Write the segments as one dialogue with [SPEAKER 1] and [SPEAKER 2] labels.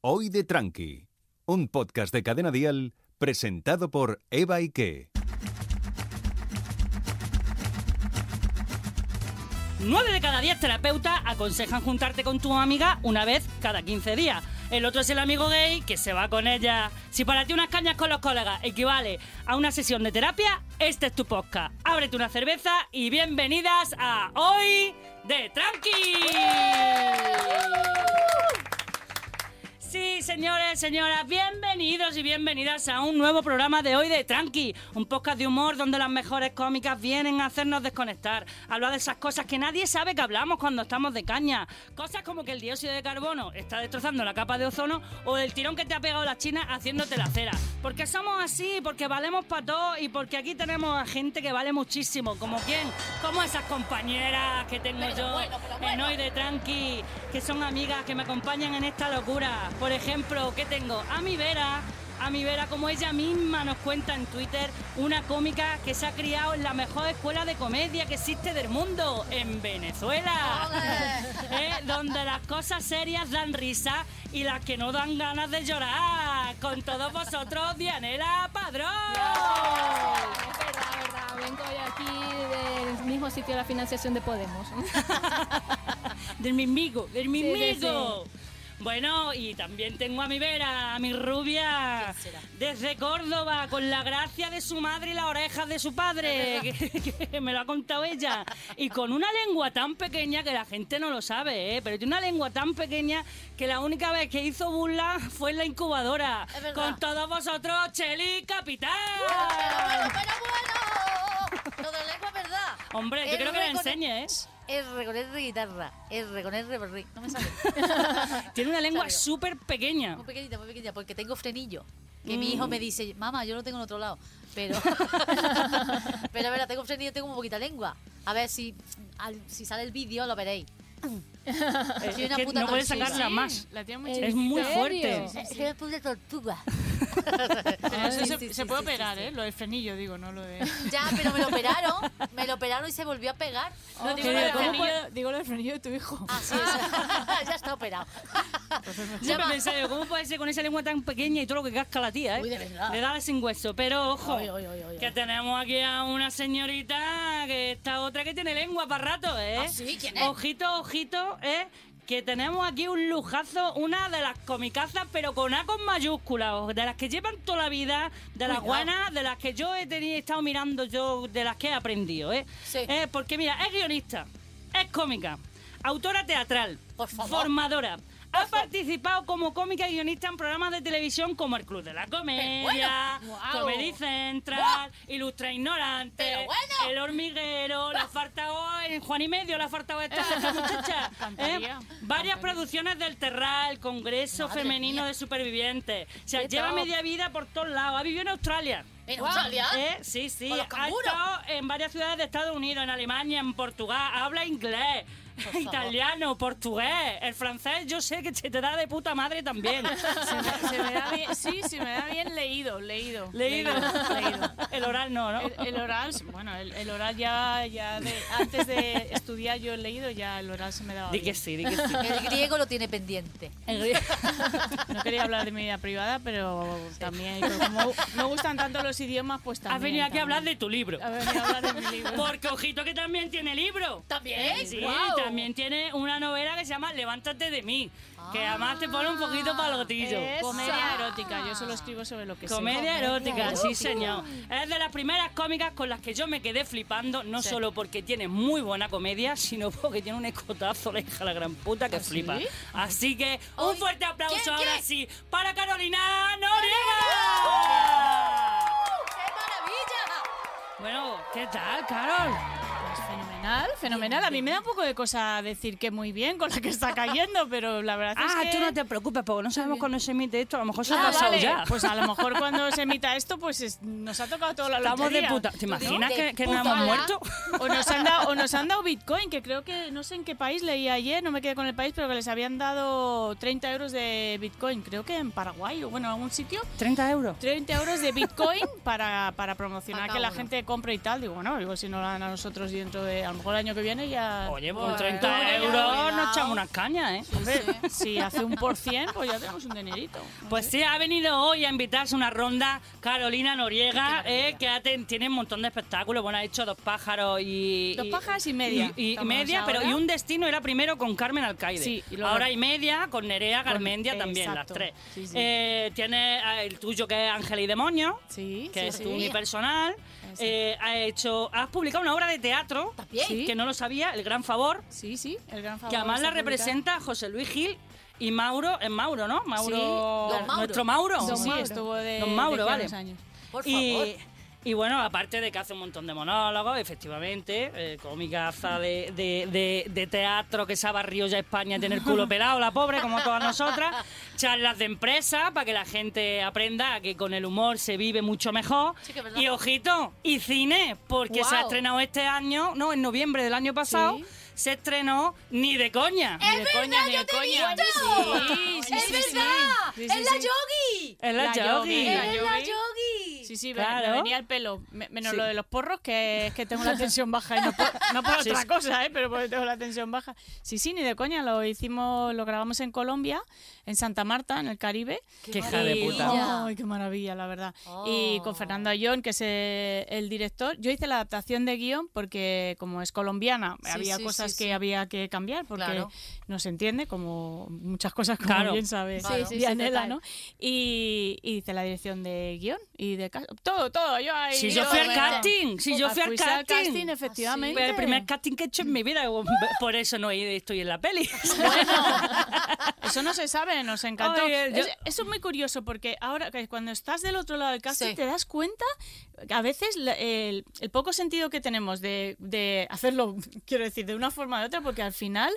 [SPEAKER 1] Hoy de Tranqui, un podcast de Cadena Dial presentado por Eva Ike.
[SPEAKER 2] 9 de cada 10 terapeutas aconsejan juntarte con tu amiga una vez cada 15 días. El otro es el amigo gay que se va con ella. Si para ti unas cañas con los colegas equivale a una sesión de terapia, este es tu podcast. Ábrete una cerveza y bienvenidas a Hoy de Tranqui. Sí, señores, señoras, bienvenidos y bienvenidas a un nuevo programa de hoy de Tranqui, un podcast de humor donde las mejores cómicas vienen a hacernos desconectar, hablar de esas cosas que nadie sabe que hablamos cuando estamos de caña, cosas como que el dióxido de carbono está destrozando la capa de ozono o el tirón que te ha pegado la China haciéndote la cera, porque somos así, porque valemos para todo y porque aquí tenemos a gente que vale muchísimo, como quién, como esas compañeras que tengo
[SPEAKER 3] Pero
[SPEAKER 2] yo
[SPEAKER 3] bueno, pero
[SPEAKER 2] en
[SPEAKER 3] bueno.
[SPEAKER 2] hoy de Tranqui, que son amigas que me acompañan en esta locura. Por ejemplo, ¿qué tengo? A mi Vera, a mi Vera, como ella misma nos cuenta en Twitter, una cómica que se ha criado en la mejor escuela de comedia que existe del mundo, en Venezuela. ¿Eh? Donde las cosas serias dan risa y las que no dan ganas de llorar. Con todos vosotros, Dianela Padrón.
[SPEAKER 3] Es verdad, es verdad. Vengo yo aquí del mismo sitio de la financiación de Podemos.
[SPEAKER 2] Del mimigo, del mimigo.
[SPEAKER 3] sí,
[SPEAKER 2] Bueno, y también tengo a mi Vera, a mi rubia, desde Córdoba, con la gracia de su madre y las orejas de su padre, que, que me lo ha contado ella, y con una lengua tan pequeña que la gente no lo sabe, ¿eh? pero tiene una lengua tan pequeña que la única vez que hizo burla fue en la incubadora.
[SPEAKER 4] Es verdad.
[SPEAKER 2] Con todos vosotros, Cheli Capitán.
[SPEAKER 4] Pero bueno, pero bueno. Lo de la lengua es verdad.
[SPEAKER 2] Hombre, yo
[SPEAKER 4] El
[SPEAKER 2] creo que la
[SPEAKER 4] récord-
[SPEAKER 2] enseñe, ¿eh?
[SPEAKER 4] Es regoner de guitarra. Es regoner de barri. No me sale.
[SPEAKER 2] Tiene una lengua
[SPEAKER 4] Sabio.
[SPEAKER 2] súper pequeña.
[SPEAKER 4] Muy pequeñita, muy pequeñita, porque tengo frenillo. Que
[SPEAKER 2] Mm.
[SPEAKER 4] mi hijo me dice, mamá, yo lo tengo en otro lado. Pero, pero a ver, tengo frenillo, tengo muy poquita lengua. A ver si, al- si sale el vídeo, lo veréis.
[SPEAKER 2] Es
[SPEAKER 4] Soy una
[SPEAKER 2] que
[SPEAKER 4] puta
[SPEAKER 2] no puedes
[SPEAKER 4] tortuga.
[SPEAKER 2] sacarla más.
[SPEAKER 5] La tiene muy
[SPEAKER 3] ¿En
[SPEAKER 5] chiquita.
[SPEAKER 2] Es muy
[SPEAKER 3] serio?
[SPEAKER 2] fuerte.
[SPEAKER 3] Sí,
[SPEAKER 4] Soy una puta tortuga.
[SPEAKER 5] Pero eso
[SPEAKER 3] Ay,
[SPEAKER 5] se,
[SPEAKER 3] sí, sí,
[SPEAKER 5] se puede
[SPEAKER 3] sí,
[SPEAKER 5] operar,
[SPEAKER 3] sí,
[SPEAKER 5] ¿eh? Lo del frenillo, digo, no lo de...
[SPEAKER 4] Ya, pero me lo operaron. Me lo operaron y se volvió a pegar.
[SPEAKER 5] No, digo,
[SPEAKER 2] pero
[SPEAKER 5] lo del
[SPEAKER 2] ¿cómo
[SPEAKER 5] frenillo,
[SPEAKER 2] puede-
[SPEAKER 5] digo lo del frenillo de tu hijo.
[SPEAKER 4] Ah, sí, eso. ya está operado.
[SPEAKER 2] Yo me
[SPEAKER 4] Llama-
[SPEAKER 2] pensaba, digo, ¿cómo puede ser con esa lengua tan pequeña y todo lo que casca la tía, eh?
[SPEAKER 4] Uy, de verdad.
[SPEAKER 2] Le da sin hueso, pero ojo,
[SPEAKER 4] Ay, ay, ay, ay,
[SPEAKER 2] que
[SPEAKER 4] ay.
[SPEAKER 2] tenemos aquí a una señorita, que esta otra que tiene lengua para rato, ¿eh?
[SPEAKER 4] Ah, sí, ¿quién es?
[SPEAKER 2] Ojito, ojito, ¿eh? Que tenemos aquí un lujazo, una de las comicazas, pero con A con mayúsculas, o de las que llevan toda la vida, de las
[SPEAKER 4] Cuidado.
[SPEAKER 2] guanas, de las que yo he tenido, he estado mirando yo, de las que he aprendido, ¿eh?
[SPEAKER 4] Sí.
[SPEAKER 2] Eh, porque mira, es guionista, es cómica, autora teatral,
[SPEAKER 4] Por favor.
[SPEAKER 2] formadora. Ha participado como cómica y guionista en programas de televisión como El Club de la Comedia,
[SPEAKER 4] Pero bueno. Guau.
[SPEAKER 2] Comedy Central, Ilustra Ignorante,
[SPEAKER 4] Pero bueno.
[SPEAKER 2] El Hormiguero, La Fartao en Juan y Medio, La Fartao
[SPEAKER 4] Eh.
[SPEAKER 2] esta, esta muchacha. ¿eh?
[SPEAKER 5] Encantaría.
[SPEAKER 2] Varias producciones del Terral, Congreso
[SPEAKER 4] Madre
[SPEAKER 2] Femenino
[SPEAKER 4] mía.
[SPEAKER 2] de Supervivientes. O sea,
[SPEAKER 4] Qué
[SPEAKER 2] lleva
[SPEAKER 4] top.
[SPEAKER 2] media vida por todos lados. Ha vivido en Australia.
[SPEAKER 4] En Australia.
[SPEAKER 2] ¿Eh? Sí, sí.
[SPEAKER 4] Con los
[SPEAKER 2] Ha
[SPEAKER 4] canguros.
[SPEAKER 2] estado en varias ciudades de Estados Unidos, en Alemania, en Portugal. Habla inglés,
[SPEAKER 4] favor.
[SPEAKER 2] italiano, portugués. El francés yo sé que se te da de puta madre también.
[SPEAKER 5] Se me, se me da bien, sí, se me da bien leído, leído.
[SPEAKER 2] Leído.
[SPEAKER 5] leído.
[SPEAKER 2] El oral no, ¿no?
[SPEAKER 5] El, el oral, bueno, el, el oral ya, ya de, antes de estudiar yo he leído, ya el oral se me daba
[SPEAKER 2] Di que
[SPEAKER 5] bien.
[SPEAKER 2] sí, di que sí.
[SPEAKER 4] El griego lo tiene pendiente.
[SPEAKER 5] No quería hablar de mi vida privada, pero también, pero como me gustan tanto los idiomas, pues también.
[SPEAKER 2] Has venido aquí a hablar
[SPEAKER 5] también.
[SPEAKER 2] de tu libro.
[SPEAKER 5] Has venido a hablar de mi libro.
[SPEAKER 2] Porque ojito que también tiene libro.
[SPEAKER 4] ¿También?
[SPEAKER 2] Sí,
[SPEAKER 4] Guau.
[SPEAKER 2] también tiene una novela que se llama Levántate de mí, que
[SPEAKER 5] Ah.
[SPEAKER 2] además te pone un poquito para el gotillo.
[SPEAKER 5] Es Comedia erótica, yo solo escribo sobre lo que sé.
[SPEAKER 2] Comedia erótica, sí
[SPEAKER 4] erótica.
[SPEAKER 2] señor. Es de las primeras cómicas con las que yo me quedé flipando, no solo porque tiene muy buena comedia, sino porque tiene un escotazo la hija de la gran puta que flipa. Así que un
[SPEAKER 4] Ay,
[SPEAKER 2] fuerte aplauso
[SPEAKER 4] ¿quién,
[SPEAKER 2] ahora
[SPEAKER 4] quién?
[SPEAKER 2] sí para Carolina Noriega.
[SPEAKER 4] ¡Qué maravilla!
[SPEAKER 2] Bueno, ¿qué tal, Carol?
[SPEAKER 5] Pues fenomenal, fenomenal. A mí me da un poco de cosa decir que muy bien con la que está cayendo, pero la verdad es
[SPEAKER 2] Ah,
[SPEAKER 5] que...
[SPEAKER 2] tú no te preocupes, porque no sabemos cuándo se emite esto. A lo mejor se ha
[SPEAKER 5] Ah,
[SPEAKER 2] pasado
[SPEAKER 5] vale.
[SPEAKER 2] ya.
[SPEAKER 5] Pues a lo mejor cuando se emita esto, pues es- nos ha tocado toda la
[SPEAKER 2] Estamos de
[SPEAKER 5] lotería.
[SPEAKER 2] puta. ¿Te imaginas
[SPEAKER 4] de
[SPEAKER 2] que, que no
[SPEAKER 4] puta
[SPEAKER 2] hemos
[SPEAKER 4] mala.
[SPEAKER 2] muerto?
[SPEAKER 5] O nos, han dado, o nos han dado Bitcoin, que creo que no sé en qué país leí ayer, no me quedé con el país, pero que les habían dado 30 euros de Bitcoin, creo que en Paraguay o bueno, en algún sitio.
[SPEAKER 2] 30 euros.
[SPEAKER 5] 30 euros de Bitcoin para, para promocionar
[SPEAKER 4] Para
[SPEAKER 5] que la
[SPEAKER 4] uno.
[SPEAKER 5] gente compre y tal. Digo, bueno, digo, si no lo dan a nosotros dentro de a lo mejor el año que viene ya.
[SPEAKER 2] Oye,
[SPEAKER 5] Bueno,
[SPEAKER 2] por
[SPEAKER 5] bueno,
[SPEAKER 2] 30
[SPEAKER 5] ya-
[SPEAKER 2] Pues euros nos
[SPEAKER 4] cuidado.
[SPEAKER 2] echamos unas cañas, ¿eh?
[SPEAKER 5] Hombre, si hace un por cien, pues ya tenemos un dinerito.
[SPEAKER 2] Pues sí, ha venido hoy a invitarse una ronda Carolina Noriega, eh, que ha ten- tiene un montón de espectáculos. Bueno, ha hecho dos pájaros y.
[SPEAKER 5] Dos
[SPEAKER 2] y-
[SPEAKER 5] pajas y media.
[SPEAKER 2] Y, y
[SPEAKER 5] Estamos
[SPEAKER 2] media, pero
[SPEAKER 5] ahora.
[SPEAKER 2] y un destino era primero con Carmen Alcaide.
[SPEAKER 5] Sí, y luego-
[SPEAKER 2] Ahora y media con Nerea
[SPEAKER 5] Con-
[SPEAKER 2] Garmendia también,
[SPEAKER 5] exacto.
[SPEAKER 2] las tres.
[SPEAKER 5] Sí, sí.
[SPEAKER 2] Eh, tiene eh, el tuyo que es Ángel y Demonio,
[SPEAKER 5] Sí,
[SPEAKER 2] que
[SPEAKER 5] sí,
[SPEAKER 2] es
[SPEAKER 5] sí.
[SPEAKER 2] tu unipersonal.
[SPEAKER 5] Eso.
[SPEAKER 2] Eh, ha hecho, has publicado una obra de teatro
[SPEAKER 4] También.
[SPEAKER 5] Sí.
[SPEAKER 2] que no lo sabía, El Gran Favor,
[SPEAKER 5] Sí, sí, el gran favor.
[SPEAKER 2] que además
[SPEAKER 5] está
[SPEAKER 2] la
[SPEAKER 5] publicado.
[SPEAKER 2] representa José Luis Gil y Mauro, es Mauro, ¿no? Mauro,
[SPEAKER 4] Sí, don Mauro.
[SPEAKER 2] nuestro Mauro.
[SPEAKER 5] Sí,
[SPEAKER 3] Don
[SPEAKER 5] sí,
[SPEAKER 3] Mauro.
[SPEAKER 5] estuvo de.
[SPEAKER 2] Don Mauro,
[SPEAKER 5] de
[SPEAKER 2] vale.
[SPEAKER 5] unos años.
[SPEAKER 4] Por favor.
[SPEAKER 5] eh,
[SPEAKER 2] Y, y bueno, aparte de que hace un montón de monólogos, efectivamente, eh, cómicaza de, de- de- de teatro que se ha barrido ya España, tiene el culo pelado, la pobre, como todas nosotras, charlas de empresa para que la gente aprenda que con el humor se vive mucho mejor.
[SPEAKER 4] Sí, que es verdad.
[SPEAKER 2] y ojito, y cine, porque se ha
[SPEAKER 4] Guau.
[SPEAKER 2] estrenado este año, no, en noviembre del año pasado,
[SPEAKER 5] Sí.
[SPEAKER 2] se estrenó Ni de coña.
[SPEAKER 4] ¡Es
[SPEAKER 5] de
[SPEAKER 4] verdad,
[SPEAKER 5] coña, ni
[SPEAKER 4] yo
[SPEAKER 5] de
[SPEAKER 4] te he
[SPEAKER 5] coña.
[SPEAKER 4] visto!
[SPEAKER 5] Sí, sí,
[SPEAKER 4] ¡Es
[SPEAKER 5] sí, sí.
[SPEAKER 4] verdad!
[SPEAKER 5] Sí, sí,
[SPEAKER 4] ¡Es la
[SPEAKER 5] sí.
[SPEAKER 4] yogi!
[SPEAKER 2] Es la,
[SPEAKER 5] La
[SPEAKER 2] Yogi.
[SPEAKER 5] Yogi.
[SPEAKER 4] ¡Es
[SPEAKER 5] la
[SPEAKER 4] la yogi!
[SPEAKER 5] Sí, sí,
[SPEAKER 2] Claro.
[SPEAKER 5] me, me venía el pelo. Me- menos
[SPEAKER 2] Sí.
[SPEAKER 5] lo de los porros, que es que tengo la tensión baja. Y no por, no por
[SPEAKER 2] Sí,
[SPEAKER 5] otra
[SPEAKER 2] sí.
[SPEAKER 5] cosa, ¿eh? pero porque tengo la tensión baja. Sí, sí, ni de coña. Lo hicimos, lo grabamos en Colombia, en Santa Marta, en el Caribe.
[SPEAKER 2] Qué hija de
[SPEAKER 5] Y-
[SPEAKER 2] puta.
[SPEAKER 5] ¡Ay, qué maravilla, la verdad!
[SPEAKER 4] Oh.
[SPEAKER 5] Y con Fernando Ayón, que es eh, el director. Yo hice la adaptación de guión porque, como es colombiana,
[SPEAKER 4] Sí,
[SPEAKER 5] había
[SPEAKER 4] sí,
[SPEAKER 5] cosas
[SPEAKER 4] sí,
[SPEAKER 5] que
[SPEAKER 4] sí.
[SPEAKER 5] había que cambiar porque
[SPEAKER 4] Claro.
[SPEAKER 5] no se entiende, como muchas cosas, como
[SPEAKER 2] Claro.
[SPEAKER 5] bien sabe
[SPEAKER 4] Sí, sí, sí,
[SPEAKER 5] Dianela,
[SPEAKER 3] total.
[SPEAKER 5] ¿no? Y, y hice la dirección de guión y de ca- todo, todo. Yo ahí.
[SPEAKER 2] Si yo
[SPEAKER 4] Yo
[SPEAKER 2] fui al
[SPEAKER 4] bueno.
[SPEAKER 2] casting,
[SPEAKER 4] Pues
[SPEAKER 2] si yo fui al
[SPEAKER 5] Fuiste al
[SPEAKER 2] casting.
[SPEAKER 5] casting, efectivamente.
[SPEAKER 2] Fue el primer casting que he hecho en mi vida,
[SPEAKER 4] ¡Ah!
[SPEAKER 2] por eso no he ido y estoy en la peli.
[SPEAKER 5] Eso no se sabe, nos encantó.
[SPEAKER 2] Oye, yo-
[SPEAKER 5] Es- eso es muy curioso porque ahora que cuando estás del otro lado del casting
[SPEAKER 4] Sí.
[SPEAKER 5] te das cuenta que a veces la- el, el poco sentido que tenemos de, de hacerlo, quiero decir, de una forma u otra, porque al final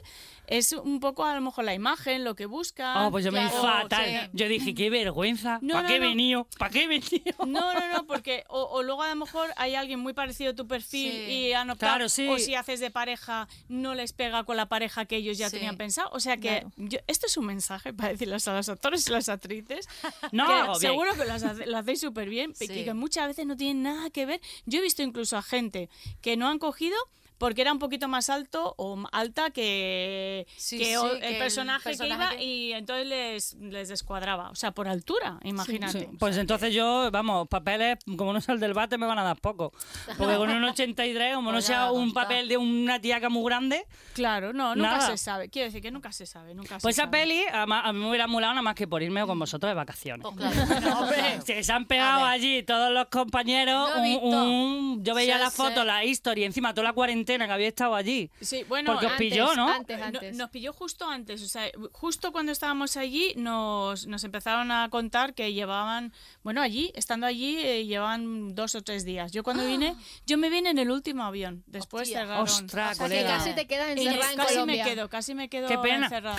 [SPEAKER 5] es un poco a lo mejor la imagen, lo que busca.
[SPEAKER 2] Oh, pues yo me
[SPEAKER 4] Ah, Claro,
[SPEAKER 2] di fatal.
[SPEAKER 4] sí.
[SPEAKER 2] Yo dije, qué vergüenza.
[SPEAKER 5] No,
[SPEAKER 2] ¿Para
[SPEAKER 5] no,
[SPEAKER 2] qué he
[SPEAKER 5] no.
[SPEAKER 2] venido? ¿Para qué he venido?
[SPEAKER 5] No, no, no, porque o, o luego a lo mejor hay alguien muy parecido a tu perfil
[SPEAKER 4] Sí.
[SPEAKER 5] y han optado,
[SPEAKER 2] Claro, sí.
[SPEAKER 5] o si haces de pareja no les pega con la pareja que ellos ya
[SPEAKER 4] Sí.
[SPEAKER 5] tenían pensado. O sea que
[SPEAKER 3] Claro.
[SPEAKER 5] yo- esto es un mensaje para decirles a los actores y las actrices
[SPEAKER 2] No,
[SPEAKER 5] que
[SPEAKER 2] hago bien.
[SPEAKER 5] seguro que las hace- lo hacéis súper bien
[SPEAKER 4] Sí.
[SPEAKER 5] y que muchas veces no tienen nada que ver. Yo he visto incluso a gente que no han cogido porque era un poquito más alto o m- alta que,
[SPEAKER 4] Sí,
[SPEAKER 5] que
[SPEAKER 4] sí,
[SPEAKER 5] o-
[SPEAKER 4] que
[SPEAKER 5] el,
[SPEAKER 4] el
[SPEAKER 5] personaje que
[SPEAKER 4] personaje
[SPEAKER 5] iba
[SPEAKER 4] que-
[SPEAKER 5] y entonces les, les descuadraba. O sea, por altura, imagínate.
[SPEAKER 2] Sí, Pues entonces yo, vamos, papeles, como no sea el del bate, me van a dar poco. Porque con un 83, como no
[SPEAKER 4] Pues
[SPEAKER 2] sea
[SPEAKER 4] nada,
[SPEAKER 2] un
[SPEAKER 4] está.
[SPEAKER 2] papel de una tiaca muy grande,
[SPEAKER 5] Claro, no, nunca
[SPEAKER 2] Nada.
[SPEAKER 5] se sabe. Quiero decir que nunca se sabe, nunca
[SPEAKER 2] pues
[SPEAKER 5] se
[SPEAKER 2] esa
[SPEAKER 5] sabe.
[SPEAKER 2] peli ama- a mí me hubiera mulado nada más que por irme con vosotros de vacaciones.
[SPEAKER 4] Pues claro.
[SPEAKER 2] No, hombre, se se han pegado
[SPEAKER 4] A ver.
[SPEAKER 2] allí todos los compañeros.
[SPEAKER 4] Lo he
[SPEAKER 2] un-
[SPEAKER 4] visto.
[SPEAKER 2] un- yo veía
[SPEAKER 4] Sí,
[SPEAKER 2] la
[SPEAKER 4] sí.
[SPEAKER 2] foto, la historia, encima toda la cuarentena que había estado allí.
[SPEAKER 5] Sí, bueno,
[SPEAKER 2] Porque os
[SPEAKER 5] ah,
[SPEAKER 2] pi- pilló, ¿no?
[SPEAKER 3] Antes,
[SPEAKER 5] no-
[SPEAKER 3] antes.
[SPEAKER 5] nos pilló justo antes, o sea, justo cuando estábamos allí nos, nos empezaron a contar que llevaban, bueno, allí, estando allí, eh, llevaban dos o tres días. Yo cuando vine, yo me vine en el último avión, después
[SPEAKER 4] Hostia.
[SPEAKER 5] cerraron.
[SPEAKER 2] Ostras,
[SPEAKER 3] o sea que
[SPEAKER 2] colega.
[SPEAKER 3] casi te quedas
[SPEAKER 5] Y
[SPEAKER 3] encerrada en
[SPEAKER 5] casi
[SPEAKER 3] Colombia.
[SPEAKER 5] me quedo, casi me quedo
[SPEAKER 2] Qué pena.
[SPEAKER 5] encerrada.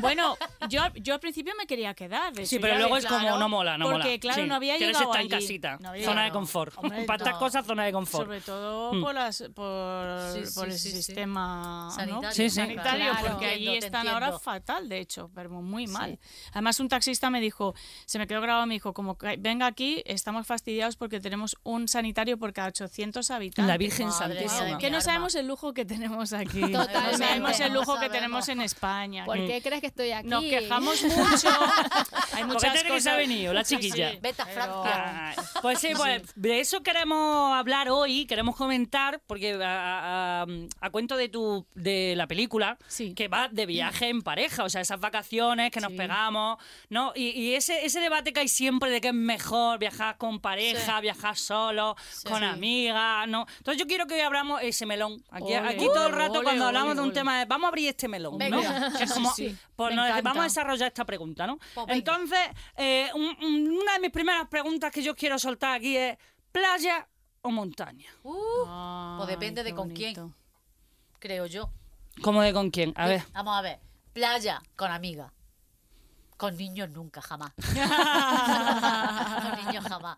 [SPEAKER 5] Bueno, yo, yo al principio me quería quedar. de
[SPEAKER 2] Sí,
[SPEAKER 5] hecho,
[SPEAKER 2] pero
[SPEAKER 5] ya
[SPEAKER 2] luego
[SPEAKER 5] ves,
[SPEAKER 2] es como
[SPEAKER 5] claro,
[SPEAKER 2] no mola, no mola.
[SPEAKER 5] Porque claro,
[SPEAKER 2] Sí,
[SPEAKER 5] no había
[SPEAKER 2] quieres
[SPEAKER 5] llegado
[SPEAKER 2] estar
[SPEAKER 5] allí.
[SPEAKER 2] en casita,
[SPEAKER 5] No había
[SPEAKER 2] zona de
[SPEAKER 5] llegado.
[SPEAKER 2] confort.
[SPEAKER 5] Hombre,
[SPEAKER 2] Para estas
[SPEAKER 4] no.
[SPEAKER 2] cosas, zona de confort.
[SPEAKER 5] Sobre todo
[SPEAKER 2] Mm.
[SPEAKER 5] por, las, por,
[SPEAKER 4] Sí, sí,
[SPEAKER 5] por el
[SPEAKER 4] sí, sí.
[SPEAKER 5] sistema ¿no?
[SPEAKER 4] Sanitario,
[SPEAKER 2] Sí, sí.
[SPEAKER 5] sanitario,
[SPEAKER 3] claro.
[SPEAKER 5] porque
[SPEAKER 4] Te
[SPEAKER 5] ahí
[SPEAKER 4] entiendo, te
[SPEAKER 5] están ahora
[SPEAKER 4] entiendo.
[SPEAKER 5] fatal, de hecho, pero muy mal. Además, un taxista me dijo, se me quedó grabado, me dijo, como que venga aquí, estamos fastidiados porque tenemos un sanitario por cada 800 habitantes.
[SPEAKER 2] La Virgen
[SPEAKER 4] Madre mía,
[SPEAKER 2] Santísima.
[SPEAKER 4] mi
[SPEAKER 5] Que no
[SPEAKER 4] alma.
[SPEAKER 5] sabemos el lujo que tenemos aquí.
[SPEAKER 3] Totalmente.
[SPEAKER 5] No sabemos el lujo
[SPEAKER 4] No
[SPEAKER 5] que
[SPEAKER 4] sabemos.
[SPEAKER 5] tenemos en España.
[SPEAKER 3] ¿Por qué crees que estoy aquí?
[SPEAKER 5] Mm. Nos quejamos mucho. Hay
[SPEAKER 2] ¿Por qué
[SPEAKER 5] muchas
[SPEAKER 2] te crees que
[SPEAKER 5] cosas.
[SPEAKER 2] ha venido la
[SPEAKER 5] Sí, sí.
[SPEAKER 2] chiquilla?
[SPEAKER 4] Vete a
[SPEAKER 5] Pero-
[SPEAKER 4] Francia.
[SPEAKER 2] Ay, Pues sí, pues de eso queremos hablar hoy, queremos comentar, porque a, a- a- a cuento de tu de la película,
[SPEAKER 5] Sí.
[SPEAKER 2] que va de viaje en pareja, o sea, esas vacaciones que nos pegamos, ¿no? Y, y ese, ese debate que hay siempre de que es mejor viajar con pareja, viajar solo, con amigas, ¿no? Entonces yo quiero que hoy abramos ese melón. Aquí,
[SPEAKER 5] Ole,
[SPEAKER 2] aquí
[SPEAKER 5] ole,
[SPEAKER 2] todo el rato
[SPEAKER 5] ole,
[SPEAKER 2] cuando hablamos
[SPEAKER 5] ole,
[SPEAKER 2] de un
[SPEAKER 5] ole.
[SPEAKER 2] tema de vamos a abrir este melón, ¿no?
[SPEAKER 5] Venga.
[SPEAKER 2] Que es como, pues
[SPEAKER 3] Me
[SPEAKER 2] nos-
[SPEAKER 3] encanta.
[SPEAKER 2] vamos a desarrollar esta pregunta, ¿no?
[SPEAKER 4] Pues venga.
[SPEAKER 2] Entonces, eh, un- un- una de mis primeras preguntas que yo quiero soltar aquí es, ¿playa o montaña?
[SPEAKER 4] Uh,
[SPEAKER 5] Ay,
[SPEAKER 4] Pues depende de
[SPEAKER 5] qué
[SPEAKER 4] con
[SPEAKER 5] bonito.
[SPEAKER 4] quién. creo yo.
[SPEAKER 2] ¿Cómo de con quién? A ver.
[SPEAKER 4] Vamos a ver. Playa con amiga. Con niños nunca, jamás. con niños jamás.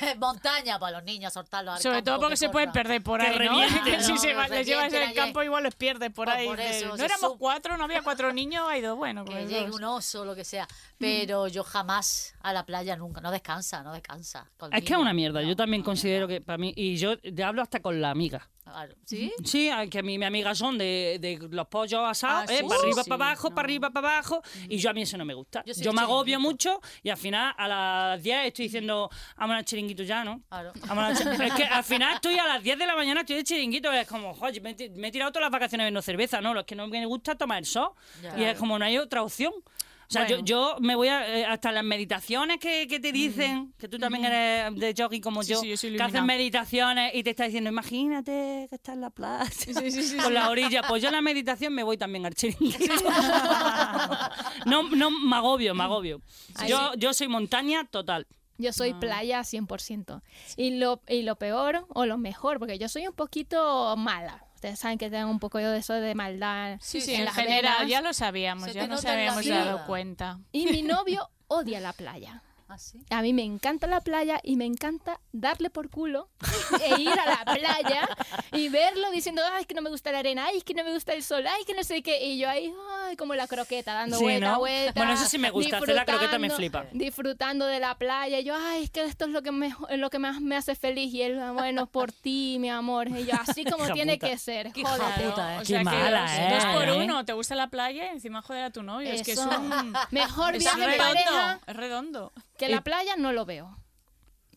[SPEAKER 4] Eh, Montaña para los niños, soltarlos al
[SPEAKER 5] Sobre
[SPEAKER 4] campo,
[SPEAKER 5] todo porque
[SPEAKER 4] que
[SPEAKER 5] se pueden
[SPEAKER 4] corran.
[SPEAKER 5] perder por
[SPEAKER 2] Que
[SPEAKER 5] ahí, ¿no?
[SPEAKER 2] revienten,
[SPEAKER 5] Que si
[SPEAKER 4] ¿no?
[SPEAKER 5] se va-
[SPEAKER 4] Que
[SPEAKER 5] les llevas
[SPEAKER 4] revienten
[SPEAKER 5] en el
[SPEAKER 4] allí.
[SPEAKER 5] campo igual los pierdes por
[SPEAKER 4] Pues
[SPEAKER 5] ahí.
[SPEAKER 4] por
[SPEAKER 5] dices,
[SPEAKER 4] eso,
[SPEAKER 5] no
[SPEAKER 4] se
[SPEAKER 5] éramos
[SPEAKER 4] sub-
[SPEAKER 5] cuatro, no había cuatro niños, hay dos. Bueno,
[SPEAKER 4] Que
[SPEAKER 5] pues
[SPEAKER 4] llegue
[SPEAKER 5] dos.
[SPEAKER 4] un oso, lo que sea. Pero yo jamás a la playa nunca. No
[SPEAKER 5] Ah,
[SPEAKER 4] descansa, no descansa. con
[SPEAKER 2] Es que es
[SPEAKER 4] niños.
[SPEAKER 2] una mierda,
[SPEAKER 4] No,
[SPEAKER 2] yo también
[SPEAKER 4] no,
[SPEAKER 2] considero que para mí, y yo te hablo hasta con la amiga.
[SPEAKER 4] Claro. ¿Sí?
[SPEAKER 2] Sí, a- que a mí, mi amiga son de, de los pollos asados,
[SPEAKER 5] Ah,
[SPEAKER 2] ¿eh?
[SPEAKER 5] sí,
[SPEAKER 2] para arriba,
[SPEAKER 5] sí,
[SPEAKER 2] para abajo,
[SPEAKER 5] no.
[SPEAKER 2] para arriba, para abajo. Y yo a mí eso no me gusta. Yo, me
[SPEAKER 4] Yo sí soy
[SPEAKER 2] agobio
[SPEAKER 4] chiringuito.
[SPEAKER 2] mucho y al final a las 10 estoy diciendo, vamos al chiringuito ya, ¿no?
[SPEAKER 4] Claro.
[SPEAKER 2] Vamos al chi- es que al final estoy a las 10 de la mañana, estoy de chiringuito. Es como, joder, me, he ti- me he tirado todas las vacaciones bebiendo cerveza, ¿no? Lo que no me gusta es tomar el sol.
[SPEAKER 4] Ya.
[SPEAKER 2] y es como, no hay otra opción. O sea,
[SPEAKER 5] Bueno.
[SPEAKER 2] yo, yo me voy a, eh, hasta las meditaciones que, que te dicen, que tú también eres de jogging como
[SPEAKER 5] Sí,
[SPEAKER 2] yo,
[SPEAKER 5] sí, yo soy
[SPEAKER 2] que hacen
[SPEAKER 5] iluminada.
[SPEAKER 2] meditaciones y te está diciendo, imagínate que estás en la playa,
[SPEAKER 5] sí, sí,
[SPEAKER 2] con la orilla. Pues yo en la meditación me voy también al chiringuito. no, no, me agobio, me agobio.
[SPEAKER 3] Ay,
[SPEAKER 2] Yo, yo soy montaña total.
[SPEAKER 3] Yo soy playa 100%. Y lo, y lo peor o lo mejor, porque yo soy un poquito mala. Ustedes saben que tengo un poco de eso de maldad.
[SPEAKER 5] Sí, sí,
[SPEAKER 3] en
[SPEAKER 5] en
[SPEAKER 3] las
[SPEAKER 5] general
[SPEAKER 3] venas.
[SPEAKER 5] ya lo sabíamos,
[SPEAKER 4] Se
[SPEAKER 5] ya
[SPEAKER 4] te
[SPEAKER 5] nos
[SPEAKER 4] nota en la
[SPEAKER 5] habíamos
[SPEAKER 4] vida.
[SPEAKER 5] dado cuenta.
[SPEAKER 3] Y mi novio odia la playa.
[SPEAKER 4] ¿Ah, sí?
[SPEAKER 3] A mí me encanta la playa y me encanta darle por culo e ir a la playa y verlo diciendo, ay, es que no me gusta la arena, ay, es que no me gusta el sol, ay, es que no sé qué. Y yo ahí, ay, como la croqueta, dando
[SPEAKER 2] Sí,
[SPEAKER 3] vuelta,
[SPEAKER 2] ¿no?
[SPEAKER 3] vuelta.
[SPEAKER 2] Bueno, eso sí me gusta, hacer la croqueta me flipa.
[SPEAKER 3] disfrutando, Disfrutando de la playa. Y yo, ay, es que esto es lo que, me, lo que más me hace feliz. Y él, bueno, por ti, mi amor. Y yo, así como
[SPEAKER 2] Hija
[SPEAKER 3] tiene
[SPEAKER 2] puta.
[SPEAKER 3] que ser.
[SPEAKER 4] Qué hija
[SPEAKER 3] joder.
[SPEAKER 4] puta, ¿eh?
[SPEAKER 5] O sea que
[SPEAKER 2] mala
[SPEAKER 5] dos,
[SPEAKER 2] eres,
[SPEAKER 5] dos por
[SPEAKER 2] ¿eh?
[SPEAKER 5] uno, te gusta la playa y encima joder a tu novio. Es que es
[SPEAKER 3] Eso.
[SPEAKER 5] un...
[SPEAKER 3] Mejor
[SPEAKER 5] es
[SPEAKER 3] viaje en pareja
[SPEAKER 5] redondo, es redondo.
[SPEAKER 3] que la playa no lo veo.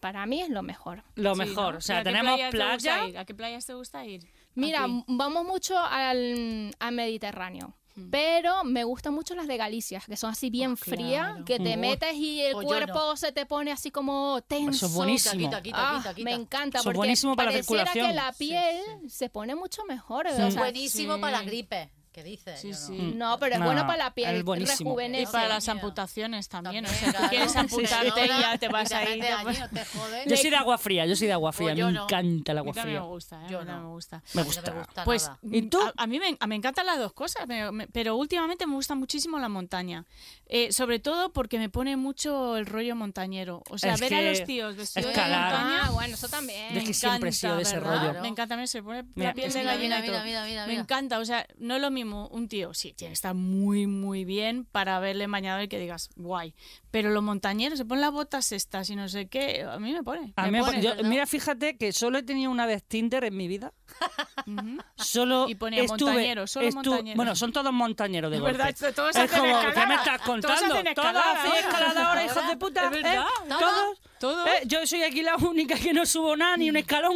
[SPEAKER 3] Para mí es lo mejor.
[SPEAKER 2] Lo
[SPEAKER 5] Sí,
[SPEAKER 2] mejor.
[SPEAKER 5] ¿no?
[SPEAKER 2] O sea,
[SPEAKER 5] ¿Pero a qué playa
[SPEAKER 2] tenemos
[SPEAKER 5] te gusta
[SPEAKER 2] playa.
[SPEAKER 5] ir? ¿A qué playas te gusta ir?
[SPEAKER 3] Mira,
[SPEAKER 5] Aquí.
[SPEAKER 3] m- vamos mucho al, al Mediterráneo.
[SPEAKER 4] Hmm.
[SPEAKER 3] Pero me gustan mucho las de Galicia, que son así bien frías, que te
[SPEAKER 2] Uy,
[SPEAKER 3] metes y el
[SPEAKER 4] pues Ah, yo
[SPEAKER 3] cuerpo se te pone así como tenso.
[SPEAKER 2] Eso es buenísimo.
[SPEAKER 4] Quita, quita,
[SPEAKER 3] Ah,
[SPEAKER 4] quita, quita.
[SPEAKER 3] Me encanta,
[SPEAKER 2] Eso es
[SPEAKER 3] porque
[SPEAKER 2] buenísimo para la
[SPEAKER 3] pareciera que
[SPEAKER 2] circulación.
[SPEAKER 3] la
[SPEAKER 4] Sí,
[SPEAKER 3] piel se pone mucho mejor.
[SPEAKER 2] Sí.
[SPEAKER 3] o sea,
[SPEAKER 4] Buenísimo
[SPEAKER 5] Sí.
[SPEAKER 4] para la gripe. ¿Qué dices?
[SPEAKER 5] Sí,
[SPEAKER 4] Yo no.
[SPEAKER 5] sí.
[SPEAKER 3] no, pero es
[SPEAKER 2] No,
[SPEAKER 3] bueno
[SPEAKER 2] no,
[SPEAKER 3] para la piel,
[SPEAKER 2] es buenísimo.
[SPEAKER 3] rejuvenece.
[SPEAKER 4] Y
[SPEAKER 5] Mm. Y para
[SPEAKER 4] Sí,
[SPEAKER 5] las
[SPEAKER 4] mía.
[SPEAKER 5] amputaciones también.
[SPEAKER 4] También,
[SPEAKER 5] o sea,
[SPEAKER 4] claro.
[SPEAKER 5] tú quieres amputarte y ya te vas
[SPEAKER 4] Y
[SPEAKER 5] a ir.
[SPEAKER 4] metes
[SPEAKER 5] te
[SPEAKER 4] allí,
[SPEAKER 5] pones-
[SPEAKER 4] no te
[SPEAKER 5] eh,
[SPEAKER 4] jodes.
[SPEAKER 2] Yo soy de agua fría, yo soy de agua
[SPEAKER 4] Pues
[SPEAKER 2] fría.
[SPEAKER 4] yo
[SPEAKER 2] me
[SPEAKER 4] no.
[SPEAKER 2] encanta el
[SPEAKER 5] A mí
[SPEAKER 2] agua
[SPEAKER 5] también
[SPEAKER 2] fría.
[SPEAKER 5] me gusta, ¿eh?
[SPEAKER 4] Yo
[SPEAKER 5] A mí también
[SPEAKER 4] no.
[SPEAKER 5] me gusta.
[SPEAKER 2] Me
[SPEAKER 4] A mí no
[SPEAKER 2] gusta.
[SPEAKER 5] Pues
[SPEAKER 4] nada.
[SPEAKER 2] ¿Y
[SPEAKER 5] mm,
[SPEAKER 2] tú?
[SPEAKER 5] A, a mí me, a- me encantan las dos cosas, pero, me- pero últimamente me gusta muchísimo la montaña. Eh, sobre todo porque me pone mucho el rollo montañero. O sea,
[SPEAKER 2] Es
[SPEAKER 5] ver a
[SPEAKER 2] que
[SPEAKER 5] los tíos vestidos
[SPEAKER 2] escalar.
[SPEAKER 5] de montaña.
[SPEAKER 3] Ah, bueno, eso también.
[SPEAKER 2] Es que siempre he sido de ese
[SPEAKER 5] encanta,
[SPEAKER 2] rollo.
[SPEAKER 4] ¿verdad?
[SPEAKER 5] Me encanta, me se pone
[SPEAKER 2] Mira,
[SPEAKER 5] la piel de
[SPEAKER 4] mira,
[SPEAKER 5] gallina
[SPEAKER 4] mira,
[SPEAKER 5] y todo.
[SPEAKER 4] mira, mira,
[SPEAKER 5] Me
[SPEAKER 4] mira.
[SPEAKER 5] encanta, o sea, no es lo mismo un tío, sí, tiene que estar muy, muy bien para verle mañana y que digas, guay. Pero los montañeros se ponen las botas estas y no sé qué, a mí me pone.
[SPEAKER 2] A
[SPEAKER 5] me
[SPEAKER 2] mí me
[SPEAKER 5] pone.
[SPEAKER 2] pone- yo-
[SPEAKER 4] ¿verdad?
[SPEAKER 2] mira, fíjate que solo he tenido una vez Tinder en mi vida.
[SPEAKER 5] Ujú.
[SPEAKER 2] Solo
[SPEAKER 5] Y ponía
[SPEAKER 2] estuve,
[SPEAKER 5] montañero, solo montañero.
[SPEAKER 2] Bueno, son todos montañeros de
[SPEAKER 5] Es
[SPEAKER 2] golpe.
[SPEAKER 5] verdad, esto- todos
[SPEAKER 2] es
[SPEAKER 5] hacen
[SPEAKER 2] como, ¿qué
[SPEAKER 5] escalada.
[SPEAKER 2] me estás
[SPEAKER 5] Todos
[SPEAKER 2] contando?
[SPEAKER 5] hacen
[SPEAKER 2] Todos
[SPEAKER 5] escalada,
[SPEAKER 2] hacen
[SPEAKER 5] ¿eh?
[SPEAKER 2] escalada ahora, hijos de puta.
[SPEAKER 5] Es verdad.
[SPEAKER 2] ¿eh?
[SPEAKER 4] Todos.
[SPEAKER 2] Todos.
[SPEAKER 5] Todos. Mm.
[SPEAKER 2] ¿Eh? Yo soy aquí la única que no subo nada, ni un escalón.